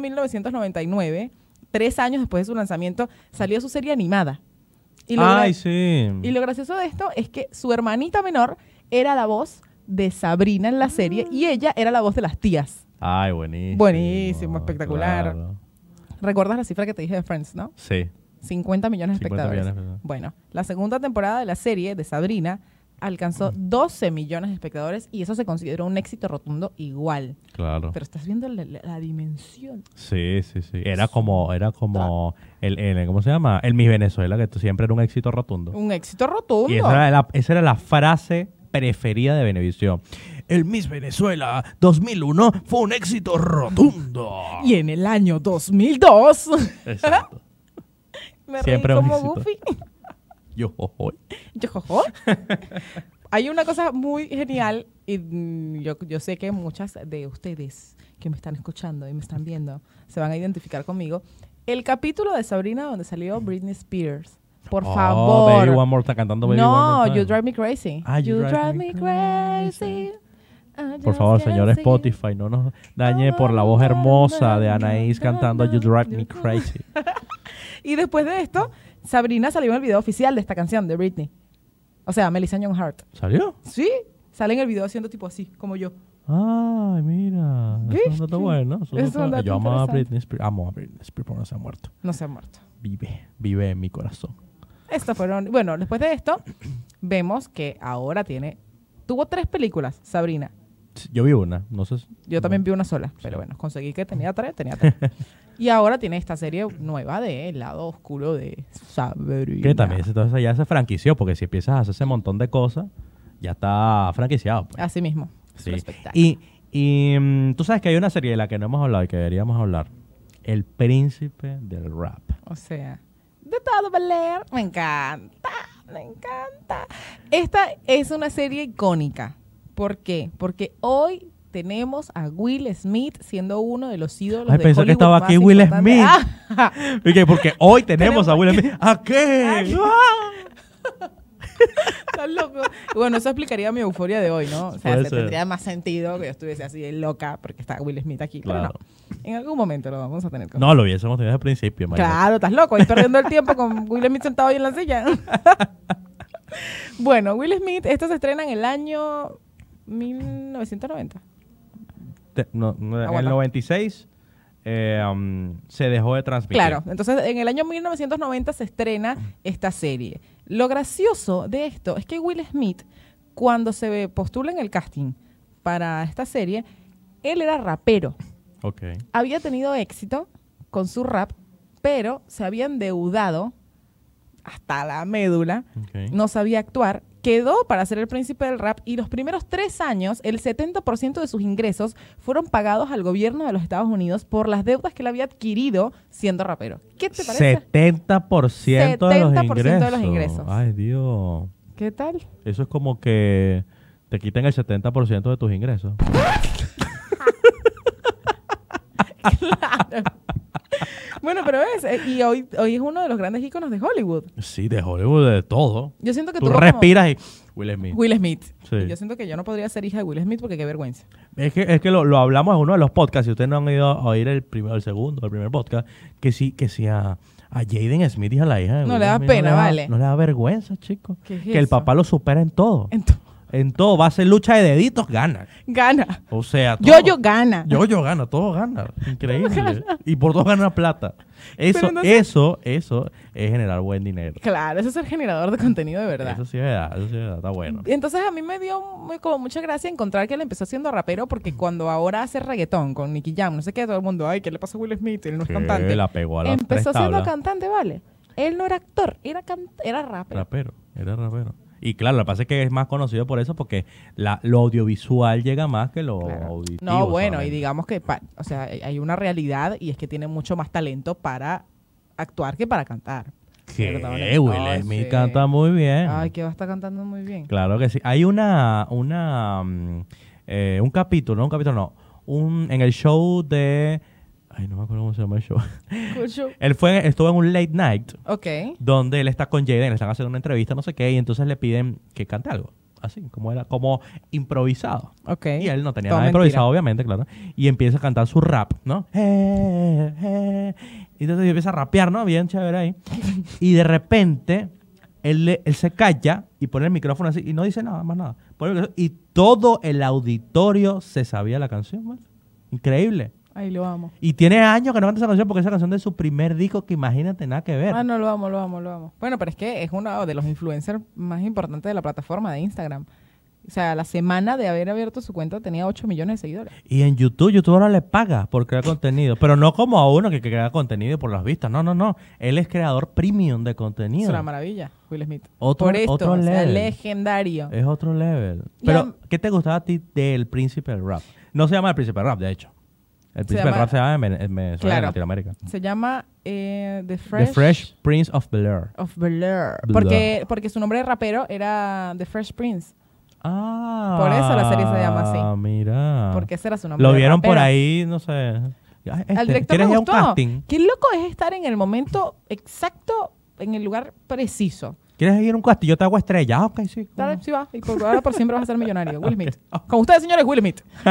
[SPEAKER 2] 1999, tres años después de su lanzamiento, salió su serie animada. Y lo,
[SPEAKER 1] Ay,
[SPEAKER 2] gra-
[SPEAKER 1] sí.
[SPEAKER 2] y lo gracioso de esto es que su hermanita menor era la voz de Sabrina en la serie y ella era la voz de las tías.
[SPEAKER 1] Ay, buenísimo.
[SPEAKER 2] Buenísimo, espectacular.
[SPEAKER 1] claro.
[SPEAKER 2] ¿Recuerdas la cifra que te dije de Friends, no?
[SPEAKER 1] Sí.
[SPEAKER 2] 50 millones de
[SPEAKER 1] 50
[SPEAKER 2] espectadores.
[SPEAKER 1] millones de personas.
[SPEAKER 2] Bueno, la segunda temporada de la serie de Sabrina alcanzó 12 millones de espectadores y eso se consideró un éxito rotundo igual.
[SPEAKER 1] Claro.
[SPEAKER 2] Pero estás viendo la, la- la dimensión.
[SPEAKER 1] Sí, sí, sí. Era como, era como el, el- ¿cómo se llama? El Miss Venezuela, que tú siempre era un éxito rotundo.
[SPEAKER 2] Un éxito rotundo.
[SPEAKER 1] Y esa era, la, esa era la frase preferida de Benevisión. El Miss Venezuela 2001 fue un éxito rotundo.
[SPEAKER 2] Y en el año 2002
[SPEAKER 1] Exacto.
[SPEAKER 2] me
[SPEAKER 1] Siempre
[SPEAKER 2] reí
[SPEAKER 1] un
[SPEAKER 2] como
[SPEAKER 1] éxito.
[SPEAKER 2] Goofy.
[SPEAKER 1] Yo, jo, jo.
[SPEAKER 2] Yo, jojo. Hay una cosa muy genial y mm, yo, yo sé que muchas de ustedes que me están escuchando y me están viendo se van a identificar conmigo. El capítulo de Sabrina donde salió Britney Spears. Por
[SPEAKER 1] Oh,
[SPEAKER 2] favor.
[SPEAKER 1] Baby One More Time, cantando Baby One
[SPEAKER 2] no,
[SPEAKER 1] More Time.
[SPEAKER 2] You Drive Me Crazy.
[SPEAKER 1] Ah, You Drive Me Crazy.
[SPEAKER 2] Crazy. I
[SPEAKER 1] Por
[SPEAKER 2] just
[SPEAKER 1] favor,
[SPEAKER 2] can't
[SPEAKER 1] señor
[SPEAKER 2] see.
[SPEAKER 1] Spotify, no nos dañe por la voz hermosa de Anaís cantando You Drive Me Crazy.
[SPEAKER 2] Y después de esto, Sabrina salió en el video oficial de esta canción de Britney. O sea, Melissa Young Hart.
[SPEAKER 1] ¿Salió?
[SPEAKER 2] Sí, sale en el video haciendo tipo así, como yo.
[SPEAKER 1] Ay, mira. Eso es un
[SPEAKER 2] ¿Viste?
[SPEAKER 1] dato bueno. Eso es
[SPEAKER 2] Es un
[SPEAKER 1] un-
[SPEAKER 2] dato
[SPEAKER 1] Yo amo a
[SPEAKER 2] interesante.
[SPEAKER 1] Britney Spears. Amo a Britney Spears, pero no se ha muerto.
[SPEAKER 2] No se ha muerto.
[SPEAKER 1] Vive, vive en mi corazón.
[SPEAKER 2] Estas fueron. Bueno, después de esto, vemos que ahora tiene. Tuvo tres películas, Sabrina.
[SPEAKER 1] Yo vi una, no sé. si-
[SPEAKER 2] Yo también vi una sola, pero bueno, conseguí que tenía tres, tenía tres. y ahora tiene esta serie nueva de El lado oscuro de Sabrina.
[SPEAKER 1] Que también, entonces ya se franquició, porque si empiezas a hacer ese montón de cosas, ya está franquiciado. pues.
[SPEAKER 2] Así mismo. Ah, Es
[SPEAKER 1] Sí.
[SPEAKER 2] un espectáculo.
[SPEAKER 1] Y, y, mm, tú sabes que hay una serie de la que no hemos hablado y que deberíamos hablar. El príncipe del rap.
[SPEAKER 2] O sea, de todo Belair. Me encanta, me encanta. Esta es una serie icónica. ¿Por qué? Porque hoy tenemos a Will Smith siendo uno de los ídolos
[SPEAKER 1] Ay,
[SPEAKER 2] de
[SPEAKER 1] pensé que
[SPEAKER 2] Hollywood
[SPEAKER 1] estaba
[SPEAKER 2] más
[SPEAKER 1] aquí Will
[SPEAKER 2] importantes.
[SPEAKER 1] Smith.
[SPEAKER 2] Ah,
[SPEAKER 1] ¿Y qué? Porque hoy tenemos
[SPEAKER 2] Tenemos
[SPEAKER 1] a Will Smith. ¿A qué?
[SPEAKER 2] Ay.
[SPEAKER 1] ¡Ah!
[SPEAKER 2] estás loco. Bueno, eso explicaría mi euforia de hoy, ¿no? O sea,
[SPEAKER 1] Puede
[SPEAKER 2] se
[SPEAKER 1] ser.
[SPEAKER 2] tendría más sentido que yo estuviese así de loca porque está Will Smith aquí. Pero
[SPEAKER 1] Claro.
[SPEAKER 2] no, en algún momento lo vamos a tener. con-
[SPEAKER 1] No, lo hubiésemos tenido desde el principio, imagínate.
[SPEAKER 2] Claro, estás loco, ahí perdiendo el tiempo con Will Smith sentado ahí en la silla. bueno, Will Smith, esto se estrena en el año 1990.
[SPEAKER 1] Te- no, no, en el
[SPEAKER 2] Aguanta.
[SPEAKER 1] 96 eh, um, se dejó de transmitir.
[SPEAKER 2] Claro, entonces en el año 1990 se estrena esta serie. Lo gracioso de esto es que Will Smith, cuando se ve- postula en el casting para esta serie, él era rapero.
[SPEAKER 1] Ok.
[SPEAKER 2] había tenido éxito con su rap, pero se había endeudado hasta la médula,
[SPEAKER 1] Ok.
[SPEAKER 2] no sabía actuar, quedó para ser el príncipe del rap y los primeros tres años el 70% de sus ingresos fueron pagados al gobierno de los Estados Unidos por las deudas que él había adquirido siendo rapero. ¿Qué te parece?
[SPEAKER 1] 70%, de los
[SPEAKER 2] 70%
[SPEAKER 1] ingresos.
[SPEAKER 2] de los ingresos.
[SPEAKER 1] Ay, Dios.
[SPEAKER 2] ¿Qué tal?
[SPEAKER 1] Eso es como que te quitan el 70% de tus ingresos.
[SPEAKER 2] Bueno, pero es, eh, y hoy, hoy es uno de los grandes íconos de Hollywood.
[SPEAKER 1] Sí, de Hollywood, de todo.
[SPEAKER 2] Yo siento que
[SPEAKER 1] Tú
[SPEAKER 2] tuvo como-
[SPEAKER 1] respiras y... Will Smith.
[SPEAKER 2] Will Smith.
[SPEAKER 1] Sí.
[SPEAKER 2] Y Yo siento que yo no podría ser hija de Will Smith porque qué vergüenza.
[SPEAKER 1] Es que, es que lo, lo hablamos en uno de los podcasts, si ustedes no han ido a oír el primero, el segundo, el primer podcast, que sí, que sí a, a Jaden Smith y a la hija de
[SPEAKER 2] No
[SPEAKER 1] Will
[SPEAKER 2] le da
[SPEAKER 1] Smith,
[SPEAKER 2] pena, vale.
[SPEAKER 1] No le da vergüenza, chico.
[SPEAKER 2] ¿Qué es
[SPEAKER 1] que el
[SPEAKER 2] eso?
[SPEAKER 1] papá lo supera en todo. En,
[SPEAKER 2] Entonces,
[SPEAKER 1] todo. Va a ser lucha de deditos, gana.
[SPEAKER 2] gana.
[SPEAKER 1] O sea, todo.
[SPEAKER 2] Yo-Yo gana.
[SPEAKER 1] Yo, yo gana, todo gana. Increíble. y por todo gana plata. Eso,
[SPEAKER 2] Pero entonces-
[SPEAKER 1] eso, eso es generar buen dinero.
[SPEAKER 2] Claro, eso es ser generador de contenido de verdad.
[SPEAKER 1] Eso sí es verdad, eso sí es verdad, está bueno.
[SPEAKER 2] Entonces a mí me dio muy, como mucha gracia encontrar que él empezó siendo rapero porque cuando ahora hace reggaetón con Nicky Jam, no sé qué, todo el mundo, ay, ¿qué le pasa a Will Smith? Él no es
[SPEAKER 1] Que
[SPEAKER 2] cantante.
[SPEAKER 1] la pegó a las tres
[SPEAKER 2] empezó siendo
[SPEAKER 1] tablas.
[SPEAKER 2] cantante, ¿vale? Él no era actor, era, can- era rapero.
[SPEAKER 1] Rapero, era rapero. Y claro, lo que pasa es que es más conocido por eso porque la, lo audiovisual llega más que lo
[SPEAKER 2] Claro.
[SPEAKER 1] auditivo.
[SPEAKER 2] No, bueno,
[SPEAKER 1] ¿sabes?
[SPEAKER 2] y digamos que, pa- o sea, hay hay una realidad y es que tiene mucho más talento para actuar que para cantar.
[SPEAKER 1] Que
[SPEAKER 2] Perdónenme.
[SPEAKER 1] Will
[SPEAKER 2] Ay,
[SPEAKER 1] Smith
[SPEAKER 2] Ah, sí.
[SPEAKER 1] canta muy bien.
[SPEAKER 2] Ay, que va a estar cantando muy bien.
[SPEAKER 1] Claro que sí. Hay una, una mm, eh, un capítulo, no un capítulo, no. Un, en el show de... Ay, no me acuerdo cómo se llama el show.
[SPEAKER 2] Escucho.
[SPEAKER 1] él fue, estuvo en un late night
[SPEAKER 2] Ok.
[SPEAKER 1] donde él está con Jaden, le están haciendo una entrevista, no sé qué, y entonces le piden que cante algo. así, como era, como improvisado.
[SPEAKER 2] Ok.
[SPEAKER 1] Y él no tenía
[SPEAKER 2] Todo
[SPEAKER 1] nada
[SPEAKER 2] mentira.
[SPEAKER 1] improvisado, obviamente, claro. Y empieza a cantar su rap, ¿no? Eh, eh. Y entonces empieza a rapear, ¿no? Bien chévere ahí. Y de repente, él, le- él se calla y pone el micrófono así y no dice nada, más nada. Pone el micrófono y todo el auditorio se sabía la canción, ¿vale? Increíble.
[SPEAKER 2] Ahí lo amo.
[SPEAKER 1] Y tiene años que no canta esa canción porque esa canción de su primer disco que imagínate nada que ver.
[SPEAKER 2] Ah, no, lo amo, lo amo, lo amo. Bueno, pero es que es uno de los influencers más importantes de la plataforma de Instagram. O sea, la semana de haber abierto su cuenta tenía 8 millones de seguidores.
[SPEAKER 1] Y en YouTube, YouTube ahora le paga por crear contenido. Pero no como a uno que crea contenido por las vistas. No, no, no. Él es creador premium de
[SPEAKER 2] Es
[SPEAKER 1] contenido.
[SPEAKER 2] una maravilla, Will Smith.
[SPEAKER 1] Otro-
[SPEAKER 2] Por esto,
[SPEAKER 1] otro
[SPEAKER 2] o sea,
[SPEAKER 1] level. Eh.
[SPEAKER 2] legendario.
[SPEAKER 1] Es otro level.
[SPEAKER 2] Y
[SPEAKER 1] Pero,
[SPEAKER 2] am-
[SPEAKER 1] ¿qué te gustaba a ti del Príncipe del Rap? No se llama el Príncipe del Rap, de hecho. El Príncipe del
[SPEAKER 2] llama-
[SPEAKER 1] Rap se llama en, Vene- en Venezuela, en
[SPEAKER 2] Claro.
[SPEAKER 1] Latinoamérica.
[SPEAKER 2] Se llama eh, The Fresh.
[SPEAKER 1] The Fresh Prince of Bel-Air.
[SPEAKER 2] Of Bel Air.
[SPEAKER 1] Bel
[SPEAKER 2] Porque, porque su nombre de rapero era The Fresh Prince.
[SPEAKER 1] Ah.
[SPEAKER 2] Por eso la serie se llama así.
[SPEAKER 1] Ah, mira.
[SPEAKER 2] Porque ese era su nombre.
[SPEAKER 1] Lo
[SPEAKER 2] de
[SPEAKER 1] vieron por
[SPEAKER 2] rapero.
[SPEAKER 1] ahí, no sé. Ay, este,
[SPEAKER 2] Al director le
[SPEAKER 1] ¿Quieres ir a un
[SPEAKER 2] gustó.
[SPEAKER 1] casting?
[SPEAKER 2] Qué loco es estar en el momento exacto, en el lugar preciso.
[SPEAKER 1] ¿Quieres ir a un casting? Yo te hago estrella. Ah, ok, sí.
[SPEAKER 2] Dale, sí va. Y por, ahora por siempre vas a ser millonario. Will Smith. Con ustedes, señores, Will Smith.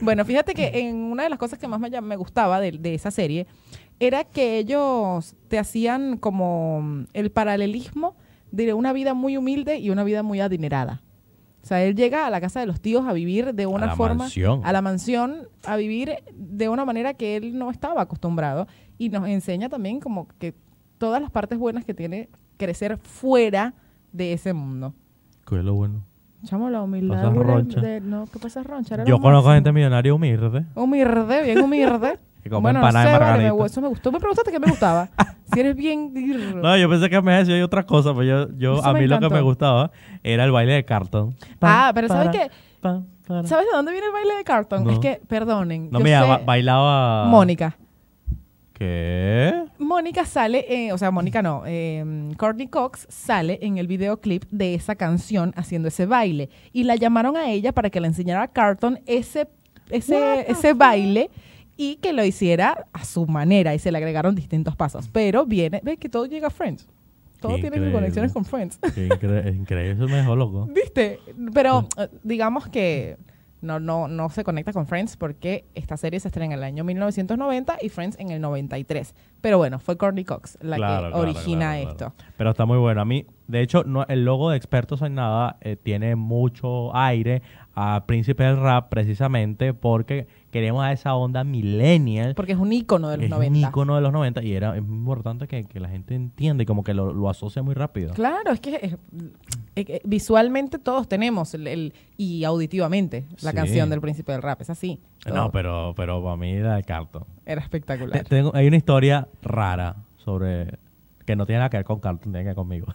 [SPEAKER 2] bueno, fíjate que en una de las cosas que más me, llam- me gustaba de, de esa serie era que ellos te hacían como el paralelismo de una vida muy humilde y una vida muy adinerada. O sea, él llega a la casa de los tíos a vivir de una
[SPEAKER 1] la
[SPEAKER 2] forma
[SPEAKER 1] mansión.
[SPEAKER 2] a la mansión a vivir de una manera que él no estaba acostumbrado y nos enseña también como que todas las partes buenas que tiene crecer fuera de ese mundo.
[SPEAKER 1] Qué lo bueno.
[SPEAKER 2] Chamo, la humildad.
[SPEAKER 1] Pasas
[SPEAKER 2] güey, de-
[SPEAKER 1] roncha.
[SPEAKER 2] de- no, ¿qué pasa roncha? Era
[SPEAKER 1] Yo
[SPEAKER 2] lo
[SPEAKER 1] conozco
[SPEAKER 2] máximo.
[SPEAKER 1] gente millonaria humilde.
[SPEAKER 2] Humilde, bien humilde.
[SPEAKER 1] Que come
[SPEAKER 2] bueno, no sé,
[SPEAKER 1] empanada de
[SPEAKER 2] vale, me,
[SPEAKER 1] margarita.
[SPEAKER 2] eso me gustó. Me preguntaste qué me gustaba. si eres bien... Ah, guirro.
[SPEAKER 1] No, yo pensé que me decía otra cosa, pero yo, yo
[SPEAKER 2] Eso
[SPEAKER 1] a
[SPEAKER 2] me
[SPEAKER 1] mí lo que
[SPEAKER 2] encantó.
[SPEAKER 1] me gustaba era el baile de cartón.
[SPEAKER 2] Ah, pero ¿sabes qué?
[SPEAKER 1] pa, para.
[SPEAKER 2] ¿Sabes de dónde viene el baile de Carlton?
[SPEAKER 1] No.
[SPEAKER 2] Es que, perdonen.
[SPEAKER 1] No
[SPEAKER 2] yo
[SPEAKER 1] me
[SPEAKER 2] sé-
[SPEAKER 1] bailaba
[SPEAKER 2] Mónica.
[SPEAKER 1] ¿Qué?
[SPEAKER 2] Mónica sale, eh, o sea, Mónica no, eh, Courtney Cox sale en el videoclip de esa canción haciendo ese baile. Y la llamaron a ella para que le enseñara a Carlton ese, ese, ese baile y que lo hiciera a su manera y se le agregaron distintos pasos. Pero viene, ves que todo llega a Friends. Todo
[SPEAKER 1] Qué
[SPEAKER 2] tiene
[SPEAKER 1] increíble.
[SPEAKER 2] conexiones con Friends.
[SPEAKER 1] Qué incre- increíble, eso me dejó loco.
[SPEAKER 2] ¿Viste? Pero eh, digamos que no, no, no se conecta con Friends porque esta serie se estrena en el año 1990 y Friends en el 93. Pero bueno, fue Courtney Cox la
[SPEAKER 1] Claro,
[SPEAKER 2] que
[SPEAKER 1] claro,
[SPEAKER 2] origina
[SPEAKER 1] claro,
[SPEAKER 2] esto.
[SPEAKER 1] claro. Pero está muy bueno. A mí, de hecho, no, el logo de Expertos en Nada eh, tiene mucho aire a Príncipe del Rap precisamente porque queremos a esa onda millennial
[SPEAKER 2] Porque es un ícono de los
[SPEAKER 1] es
[SPEAKER 2] 90.
[SPEAKER 1] un icono de los 90 y era es muy importante que, que la gente entienda y como que lo, lo asocia muy rápido.
[SPEAKER 2] Claro, es que eh, eh, eh, visualmente todos tenemos el, el- y auditivamente la
[SPEAKER 1] Sí.
[SPEAKER 2] canción del príncipe del rap. Es así.
[SPEAKER 1] No,
[SPEAKER 2] Todo.
[SPEAKER 1] pero, pero para mí era de Carlton.
[SPEAKER 2] Era
[SPEAKER 1] Te-
[SPEAKER 2] espectacular.
[SPEAKER 1] tengo- hay una historia rara sobre que no tiene nada que ver con Carlton, tiene que ver conmigo.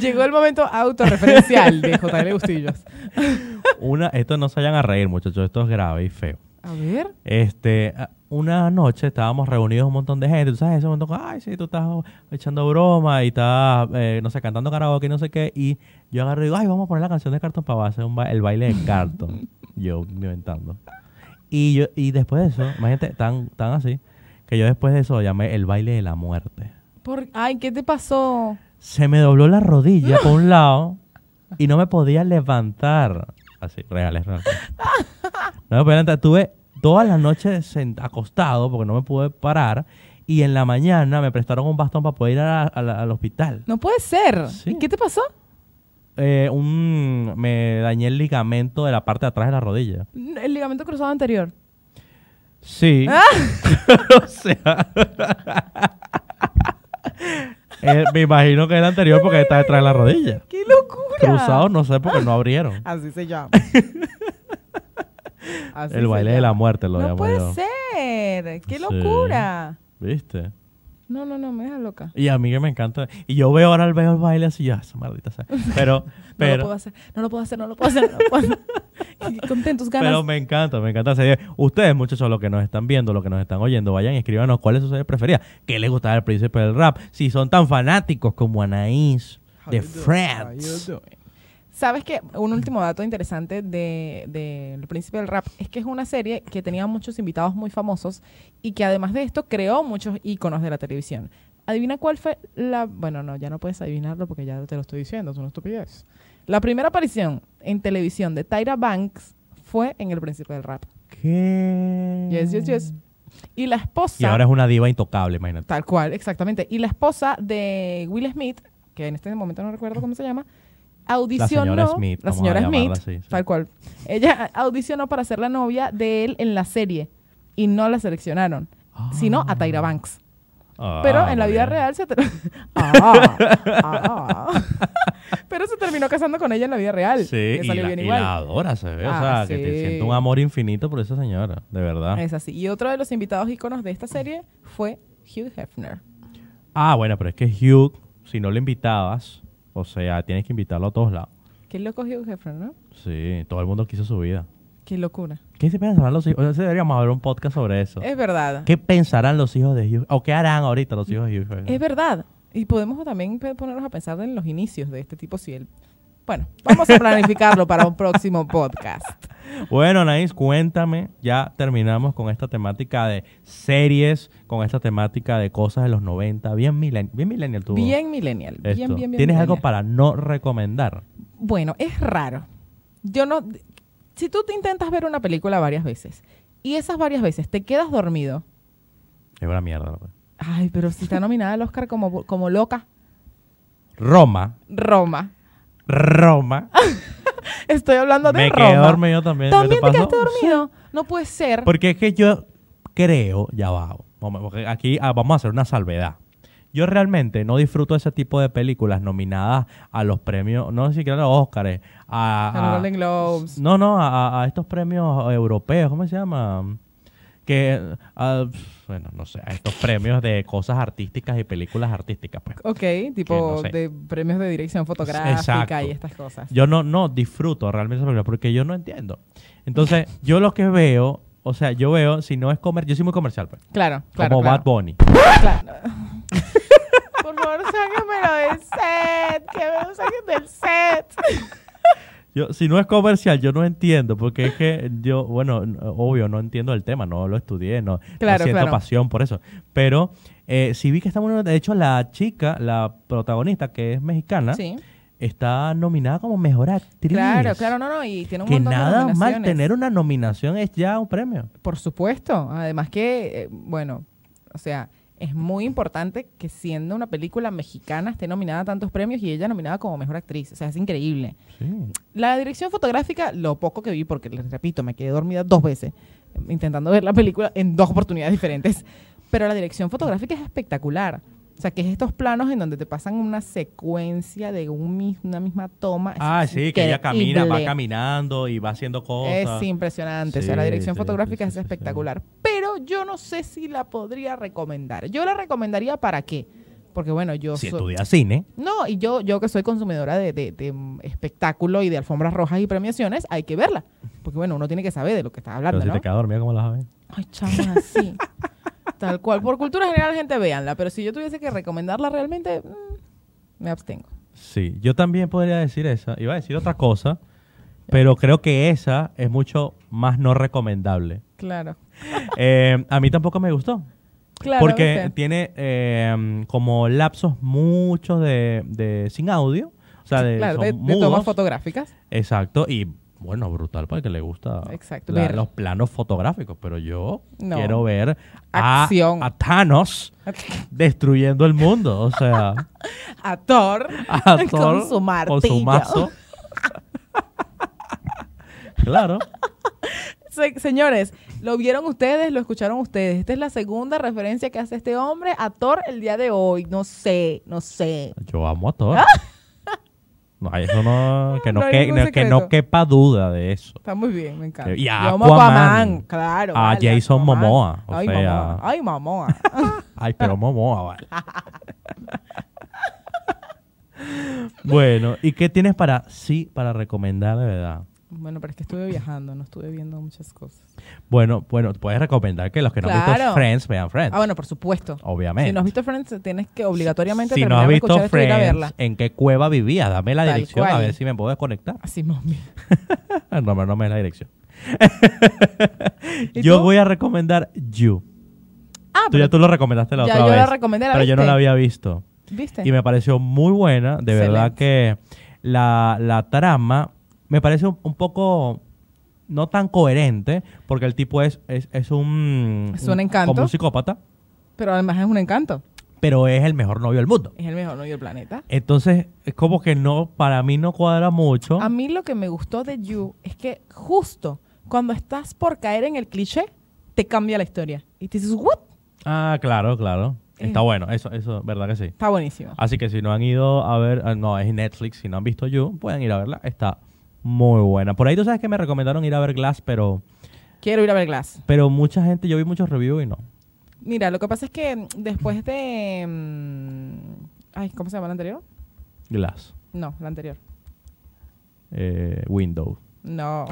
[SPEAKER 2] Llegó el momento autorreferencial de J.L. Bustillos.
[SPEAKER 1] una, esto no se vayan a reír, muchachos, esto es grave y feo.
[SPEAKER 2] A ver.
[SPEAKER 1] Este, a- una noche estábamos reunidos un montón de gente, tú sabes, ese montón, ay, sí, tú estás echando broma y estás, eh, no sé, cantando karaoke y no sé qué, y yo agarro y digo, ay, vamos a poner la canción de Carton para hacer un ba- el baile de Carton, yo inventando. Y yo y después de eso, imagínate, tan, tan así, que yo después de eso llamé el baile de la muerte.
[SPEAKER 2] Por, ay, ¿qué te pasó?
[SPEAKER 1] Se me dobló la rodilla por un lado y no me podía levantar. Así, real, es real. No me podía levantar. Tuve todas las noches sent- acostado porque no me pude parar y en la mañana me prestaron un bastón para poder ir a la- a la- al hospital.
[SPEAKER 2] No puede ser.
[SPEAKER 1] Sí.
[SPEAKER 2] ¿Y qué te pasó?
[SPEAKER 1] Eh, un, me dañé el ligamento de la parte de atrás de la rodilla.
[SPEAKER 2] El ligamento cruzado anterior.
[SPEAKER 1] Sí. o sea. eh, me imagino que era anterior porque está detrás de la rodilla.
[SPEAKER 2] ¡Qué locura!
[SPEAKER 1] Cruzado, no sé porque no abrieron.
[SPEAKER 2] Así se llama. Así
[SPEAKER 1] El
[SPEAKER 2] se
[SPEAKER 1] baile de
[SPEAKER 2] llama.
[SPEAKER 1] la muerte lo
[SPEAKER 2] No
[SPEAKER 1] llamo
[SPEAKER 2] puede
[SPEAKER 1] yo.
[SPEAKER 2] ser. ¡Qué
[SPEAKER 1] Sí.
[SPEAKER 2] locura!
[SPEAKER 1] ¿Viste?
[SPEAKER 2] No, no, no, me deja loca.
[SPEAKER 1] Y a mí que me encanta. Y yo veo ahora el veo el baile así, ya, esa maldita sea. Pero,
[SPEAKER 2] no lo
[SPEAKER 1] pero,
[SPEAKER 2] puedo hacer, no lo puedo hacer, no lo puedo hacer. No lo puedo hacer. Y Contén tus ganas.
[SPEAKER 1] pero me encanta, me encanta esa idea. Ustedes, muchachos, los que nos están viendo, los que nos están oyendo, vayan y escríbanos cuál es su serie preferida. ¿Qué les gustaba del príncipe del rap? Si son tan fanáticos como Anaís de Friends.
[SPEAKER 2] ¿Sabes qué? Un último dato interesante de, de El Príncipe del Rap es que es una serie que tenía muchos invitados muy famosos y que además de esto creó muchos íconos de la televisión. Adivina cuál fue la. Bueno, no, ya no puedes adivinarlo porque ya te lo estoy diciendo, es una estupidez. La primera aparición en televisión de Tyra Banks fue en El Príncipe del Rap.
[SPEAKER 1] ¿Qué?
[SPEAKER 2] Yes, yes, yes. Y la esposa.
[SPEAKER 1] Mm. Y ahora es una diva intocable, imagínate.
[SPEAKER 2] Tal cual, exactamente. Y la esposa de Will Smith, que en este momento no recuerdo cómo se llama, audicionó.
[SPEAKER 1] señora Smith,
[SPEAKER 2] La
[SPEAKER 1] vamos a
[SPEAKER 2] señora Smith,
[SPEAKER 1] llamarla así, sí.
[SPEAKER 2] tal cual. Ella audicionó para ser la novia de él en la serie y no la seleccionaron, sino a Tyra Banks.
[SPEAKER 1] Ah,
[SPEAKER 2] Pero
[SPEAKER 1] muy
[SPEAKER 2] en la vida
[SPEAKER 1] bien.
[SPEAKER 2] real se. ter- Ah, ah. Pero se terminó casando con ella en la vida real.
[SPEAKER 1] Sí,
[SPEAKER 2] Le
[SPEAKER 1] y
[SPEAKER 2] salió
[SPEAKER 1] la,
[SPEAKER 2] bien
[SPEAKER 1] y
[SPEAKER 2] igual.
[SPEAKER 1] la adora, se ve. o
[SPEAKER 2] Ah,
[SPEAKER 1] sea, que te
[SPEAKER 2] sí.
[SPEAKER 1] siento un amor infinito por esa señora, de verdad.
[SPEAKER 2] Es así. Y otro de los invitados íconos de esta serie fue Hugh Hefner.
[SPEAKER 1] Ah, bueno, pero es que Hugh, si no lo invitabas, o sea, tienes que invitarlo a todos lados.
[SPEAKER 2] Qué loco Hugh Hefner, ¿no?
[SPEAKER 1] Sí, todo el mundo quiso su vida.
[SPEAKER 2] Qué locura.
[SPEAKER 1] ¿Qué se pensarán los hijos? O sea, deberíamos hacer un podcast sobre eso.
[SPEAKER 2] Es verdad.
[SPEAKER 1] ¿Qué pensarán los hijos de Hugh? ¿O qué harán ahorita los hijos de Hugh?
[SPEAKER 2] Es verdad. Y podemos también pe- ponernos a pensar en los inicios de este tipo, si él... Bueno, vamos a planificarlo para un próximo podcast.
[SPEAKER 1] Bueno, Naís, cuéntame. Ya terminamos con esta temática de series, con esta temática de cosas de los 90. Bien, milen bien millennial tú.
[SPEAKER 2] Bien millennial. Bien, bien,
[SPEAKER 1] esto.
[SPEAKER 2] bien.
[SPEAKER 1] ¿Tienes algo
[SPEAKER 2] millennial.
[SPEAKER 1] para no recomendar?
[SPEAKER 2] Bueno, es raro. Yo no... Si tú te intentas ver una película varias veces y esas varias veces te quedas dormido,
[SPEAKER 1] Es una mierda. la verdad.
[SPEAKER 2] ay, pero si está nominada al Oscar como, como loca,
[SPEAKER 1] Roma.
[SPEAKER 2] Roma.
[SPEAKER 1] Roma.
[SPEAKER 2] Estoy hablando Ah, de
[SPEAKER 1] Me
[SPEAKER 2] Roma.
[SPEAKER 1] quedé dormido también. ¿no
[SPEAKER 2] ¿También te,
[SPEAKER 1] pasó?
[SPEAKER 2] quedaste dormido? No puede ser.
[SPEAKER 1] Porque es que yo creo, ya va, vamos, porque aquí ah, vamos a hacer una salvedad. Yo realmente no disfruto ese tipo de películas nominadas a los premios, no ni siquiera a los Óscares,
[SPEAKER 2] A los
[SPEAKER 1] a, a-
[SPEAKER 2] Golden Globes.
[SPEAKER 1] no, no, a, a- a estos premios europeos, ¿cómo se llama? Que, ah, pf, bueno, no sé, a estos premios de cosas artísticas y películas artísticas, pues.
[SPEAKER 2] Ok, tipo
[SPEAKER 1] no sé.
[SPEAKER 2] de premios de dirección fotográfica
[SPEAKER 1] Exacto.
[SPEAKER 2] y estas cosas.
[SPEAKER 1] Yo no, no disfruto realmente esa película porque yo no entiendo. Entonces, yo lo que veo, o sea, yo veo, si no es comer, yo soy muy comercial, pues.
[SPEAKER 2] Claro, claro.
[SPEAKER 1] como
[SPEAKER 2] claro.
[SPEAKER 1] Bad Bunny.
[SPEAKER 2] Claro. Por favor, sáquenmelo del set. Que me lo saquen del set.
[SPEAKER 1] Yo, si no es comercial, yo no entiendo, porque es que yo, bueno, n- obvio, no entiendo el tema, no lo estudié, no, no
[SPEAKER 2] Claro,
[SPEAKER 1] siento
[SPEAKER 2] claro.
[SPEAKER 1] pasión por eso. Pero eh, sí vi que está muy... De hecho, la chica, la protagonista, que es mexicana,
[SPEAKER 2] Sí.
[SPEAKER 1] está nominada como mejor actriz.
[SPEAKER 2] Claro, claro, no, no. Y tiene un
[SPEAKER 1] Que
[SPEAKER 2] montón de
[SPEAKER 1] nada mal
[SPEAKER 2] nominaciones.
[SPEAKER 1] tener una nominación es ya un premio.
[SPEAKER 2] Por supuesto. Además que, eh, bueno, o sea, es muy importante que siendo una película mexicana esté nominada a tantos premios y ella nominada como mejor actriz. O sea, es increíble.
[SPEAKER 1] Sí.
[SPEAKER 2] La dirección fotográfica, lo poco que vi, porque les repito, me quedé dormida dos veces intentando ver la película en dos oportunidades diferentes. Pero la dirección fotográfica es espectacular. O sea, que es estos planos en donde te pasan una secuencia de un mis- una misma toma. Es
[SPEAKER 1] Ah, sí, que ella camina, va
[SPEAKER 2] increíble.
[SPEAKER 1] caminando y va haciendo cosas.
[SPEAKER 2] Es impresionante. o sea,
[SPEAKER 1] Sí,
[SPEAKER 2] la dirección
[SPEAKER 1] sí,
[SPEAKER 2] fotográfica
[SPEAKER 1] sí,
[SPEAKER 2] es
[SPEAKER 1] sí, sí, sí.
[SPEAKER 2] espectacular. Pero yo no sé si la podría recomendar. Yo la recomendaría para qué. Porque bueno, yo
[SPEAKER 1] Si
[SPEAKER 2] soy-
[SPEAKER 1] estudia cine,
[SPEAKER 2] no, y yo, yo que soy consumidora de, de- de, mm, espectáculo y de alfombras rojas y premiaciones, hay que verla. Porque bueno, uno tiene que saber de lo que está hablando,
[SPEAKER 1] pero si
[SPEAKER 2] ¿no?
[SPEAKER 1] te quedas dormida, ¿cómo la sabes?
[SPEAKER 2] Ay, chama, sí. Tal cual. Por cultura general, gente, véanla. Pero si yo tuviese que recomendarla realmente, mm, me abstengo.
[SPEAKER 1] Sí, yo también podría decir esa. Iba a decir otra cosa, pero creo que esa es mucho más no recomendable.
[SPEAKER 2] Claro.
[SPEAKER 1] Eh, a mí tampoco me gustó.
[SPEAKER 2] Claro.
[SPEAKER 1] porque
[SPEAKER 2] ¿viste?
[SPEAKER 1] tiene eh, como lapsos muchos de, de- sin audio. O sea, de,
[SPEAKER 2] Claro,
[SPEAKER 1] son
[SPEAKER 2] de, de
[SPEAKER 1] mudos.
[SPEAKER 2] tomas fotográficas.
[SPEAKER 1] Exacto. Y bueno, brutal para el que le gusta
[SPEAKER 2] Exacto,
[SPEAKER 1] la-
[SPEAKER 2] ver.
[SPEAKER 1] los planos fotográficos. Pero yo
[SPEAKER 2] No.
[SPEAKER 1] quiero ver a,
[SPEAKER 2] Acción.
[SPEAKER 1] a Thanos destruyendo el mundo. O sea,
[SPEAKER 2] A Thor.
[SPEAKER 1] a Thor
[SPEAKER 2] con su martillo.
[SPEAKER 1] con su mazo. claro.
[SPEAKER 2] Se- señores, lo vieron ustedes, lo escucharon ustedes. Esta es la segunda referencia que hace este hombre a Thor el día de hoy. No sé, no sé.
[SPEAKER 1] Yo amo a Thor. No, eso no, que no,
[SPEAKER 2] No hay
[SPEAKER 1] que-
[SPEAKER 2] ningún
[SPEAKER 1] no- que no
[SPEAKER 2] secreto.
[SPEAKER 1] quepa duda de eso.
[SPEAKER 2] Está muy bien, me encanta.
[SPEAKER 1] Y a
[SPEAKER 2] Yo amo
[SPEAKER 1] Aquaman.
[SPEAKER 2] claro.
[SPEAKER 1] A Jason Momoa, o
[SPEAKER 2] Ay,
[SPEAKER 1] sea-
[SPEAKER 2] Momoa. Ay, Momoa.
[SPEAKER 1] Ay, pero Momoa, vale. bueno, ¿y qué tienes para sí, para recomendar de verdad?
[SPEAKER 2] bueno, pero es que estuve viajando, no estuve viendo muchas cosas.
[SPEAKER 1] Bueno, bueno, puedes recomendar que los que no han visto
[SPEAKER 2] Claro.
[SPEAKER 1] Friends vean Friends.
[SPEAKER 2] Ah, bueno, por supuesto.
[SPEAKER 1] obviamente.
[SPEAKER 2] Si no has visto Friends, tienes que obligatoriamente
[SPEAKER 1] si no
[SPEAKER 2] terminar
[SPEAKER 1] has
[SPEAKER 2] de
[SPEAKER 1] visto
[SPEAKER 2] escuchar esto y ir
[SPEAKER 1] Friends,
[SPEAKER 2] a verla.
[SPEAKER 1] ¿en qué cueva vivías? Dame la
[SPEAKER 2] Tal
[SPEAKER 1] dirección a
[SPEAKER 2] cual.
[SPEAKER 1] ver si me puedo desconectar.
[SPEAKER 2] Así, Ah, mami.
[SPEAKER 1] No, no, no me des la dirección.
[SPEAKER 2] ¿Y
[SPEAKER 1] Yo
[SPEAKER 2] tú?
[SPEAKER 1] voy a recomendar You.
[SPEAKER 2] Ah,
[SPEAKER 1] Tú ya tú lo recomendaste la
[SPEAKER 2] Ya,
[SPEAKER 1] otra
[SPEAKER 2] yo
[SPEAKER 1] vez.
[SPEAKER 2] la recomendé, ¿la
[SPEAKER 1] pero yo no
[SPEAKER 2] viste?
[SPEAKER 1] la había visto.
[SPEAKER 2] ¿Viste?
[SPEAKER 1] Y me pareció muy buena. De verdad que la, la trama me parece un, un poco no tan coherente, porque el tipo es, es, es un.
[SPEAKER 2] Es un encanto.
[SPEAKER 1] Como un psicópata,
[SPEAKER 2] Pero además es un encanto.
[SPEAKER 1] pero es el mejor novio del mundo.
[SPEAKER 2] Es el mejor novio del planeta.
[SPEAKER 1] Entonces, es como que no, para mí no cuadra mucho.
[SPEAKER 2] A mí lo que me gustó de You es que justo cuando estás por caer en el cliché, te cambia la historia. Y te dices, ¿what?
[SPEAKER 1] Ah, claro, claro.
[SPEAKER 2] Eh.
[SPEAKER 1] Está bueno, eso, eso, verdad que sí.
[SPEAKER 2] Está buenísimo.
[SPEAKER 1] Así que si no han ido a ver, ah, no, es Netflix, si no han visto You, pueden ir a verla. Está muy buena. Por ahí tú sabes que me recomendaron ir a ver Glass, pero,
[SPEAKER 2] Quiero ir a ver Glass.
[SPEAKER 1] pero mucha gente, yo vi muchos reviews y no.
[SPEAKER 2] Mira, lo que pasa es que mm, después de... mm, Ay, ¿cómo se llama la anterior?
[SPEAKER 1] Glass.
[SPEAKER 2] No, la anterior.
[SPEAKER 1] Eh, Window.
[SPEAKER 2] No.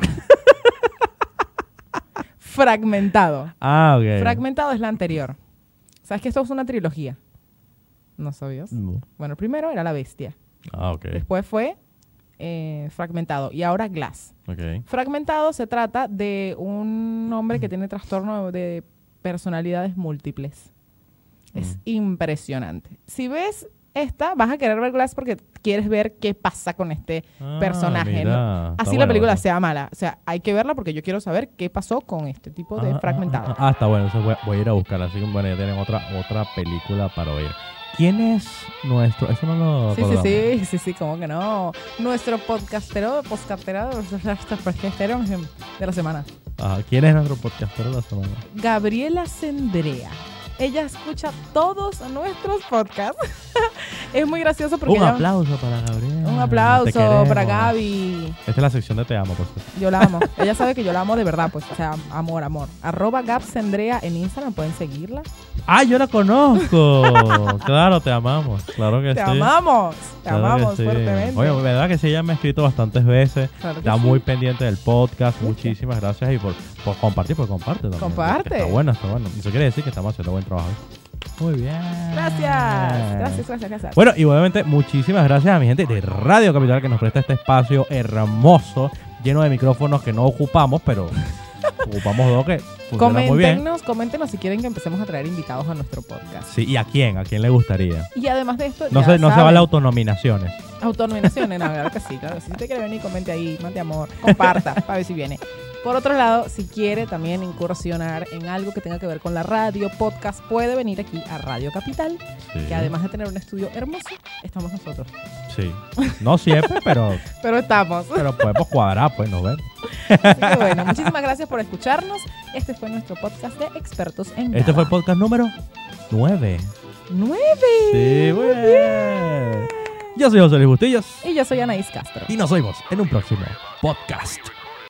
[SPEAKER 2] Fragmentado.
[SPEAKER 1] Ah, ok.
[SPEAKER 2] Fragmentado es la anterior. ¿Sabes que esto es una trilogía? No sabías.
[SPEAKER 1] No.
[SPEAKER 2] Bueno, primero era La Bestia.
[SPEAKER 1] Ah, Mm. ok.
[SPEAKER 2] Después fue eh, Fragmentado. Y ahora Glass.
[SPEAKER 1] Ok.
[SPEAKER 2] Fragmentado se trata de un hombre que tiene trastorno de personalidades múltiples. Es impresionante. Si ves esta, vas a querer ver Glass porque quieres ver qué pasa con este
[SPEAKER 1] Ah,
[SPEAKER 2] personaje. ¿no?
[SPEAKER 1] mira. Está
[SPEAKER 2] Así
[SPEAKER 1] bueno,
[SPEAKER 2] la película
[SPEAKER 1] bueno.
[SPEAKER 2] sea mala. O sea, hay que verla porque yo quiero saber qué pasó con este tipo de
[SPEAKER 1] Ah,
[SPEAKER 2] fragmentado.
[SPEAKER 1] Ah, ah, ah, está bueno. Entonces voy, voy a ir a buscarla. Así que bueno, ya tienen otra, otra película para oír. ¿Quién es nuestro? Eso no lo
[SPEAKER 2] Sí, sí,
[SPEAKER 1] acordamos.
[SPEAKER 2] sí, sí, sí, como que no. Nuestro podcastero, podcastero, podcastero de la semana.
[SPEAKER 1] Ajá, ¿Quién es nuestro podcastero de la semana?
[SPEAKER 2] Gabriela Sendrea. Ella escucha todos nuestros podcasts. es muy gracioso porque
[SPEAKER 1] un
[SPEAKER 2] ella-
[SPEAKER 1] aplauso para Gabriel.
[SPEAKER 2] un aplauso para Gaby.
[SPEAKER 1] Esta es la sección de Te Amo, por cierto.
[SPEAKER 2] Yo la amo. ella sabe que yo la amo de verdad, pues. O sea, amor, amor. Arroba Gab Sendrea en Instagram, pueden seguirla.
[SPEAKER 1] ¡Ah, yo la conozco! claro, te amamos. Claro que
[SPEAKER 2] Te
[SPEAKER 1] sí.
[SPEAKER 2] amamos, te
[SPEAKER 1] Claro que
[SPEAKER 2] amamos
[SPEAKER 1] sí.
[SPEAKER 2] fuertemente.
[SPEAKER 1] Oye, verdad que sí, ella me ha escrito bastantes veces.
[SPEAKER 2] Claro que
[SPEAKER 1] Está
[SPEAKER 2] sí.
[SPEAKER 1] muy pendiente del podcast.
[SPEAKER 2] Mucho.
[SPEAKER 1] Muchísimas gracias y por, por compartir, por comparte también.
[SPEAKER 2] Comparte.
[SPEAKER 1] Que Está bueno, está bueno. Eso quiere decir que estamos haciendo buen trabajo. Muy bien.
[SPEAKER 2] Gracias, gracias, gracias, gracias.
[SPEAKER 1] Bueno, y obviamente muchísimas gracias a mi gente de Radio Capital que nos presta este espacio hermoso, lleno de micrófonos que no ocupamos, pero ocupamos dos que funcionan muy bien.
[SPEAKER 2] coméntenos, coméntenos si quieren que empecemos a traer invitados a nuestro podcast.
[SPEAKER 1] Sí, ¿y a quién? ¿A quién le gustaría?
[SPEAKER 2] Y además de esto,
[SPEAKER 1] No
[SPEAKER 2] ya
[SPEAKER 1] se, no se
[SPEAKER 2] saben,
[SPEAKER 1] vale autonominaciones.
[SPEAKER 2] Autonominaciones, no, claro que sí, claro. que sí. Si usted quiere venir, comente ahí, mande amor, comparta, para ver si viene. Por otro lado, si quiere también incursionar en algo que tenga que ver con la radio, podcast, puede venir aquí a Radio Capital,
[SPEAKER 1] Sí,
[SPEAKER 2] que además de tener un estudio hermoso, estamos nosotros.
[SPEAKER 1] sí. No siempre, pero,
[SPEAKER 2] Pero estamos.
[SPEAKER 1] pero podemos cuadrar, pues, no ver.
[SPEAKER 2] Así que bueno, muchísimas gracias por escucharnos. Este fue nuestro podcast de Expertos en
[SPEAKER 1] Este
[SPEAKER 2] Nada.
[SPEAKER 1] fue el podcast número 9.
[SPEAKER 2] Nueve.
[SPEAKER 1] Sí, muy bien. Yo soy José Luis Bustillos
[SPEAKER 2] Y yo soy Anaís Castro.
[SPEAKER 1] y nos vemos en un próximo podcast.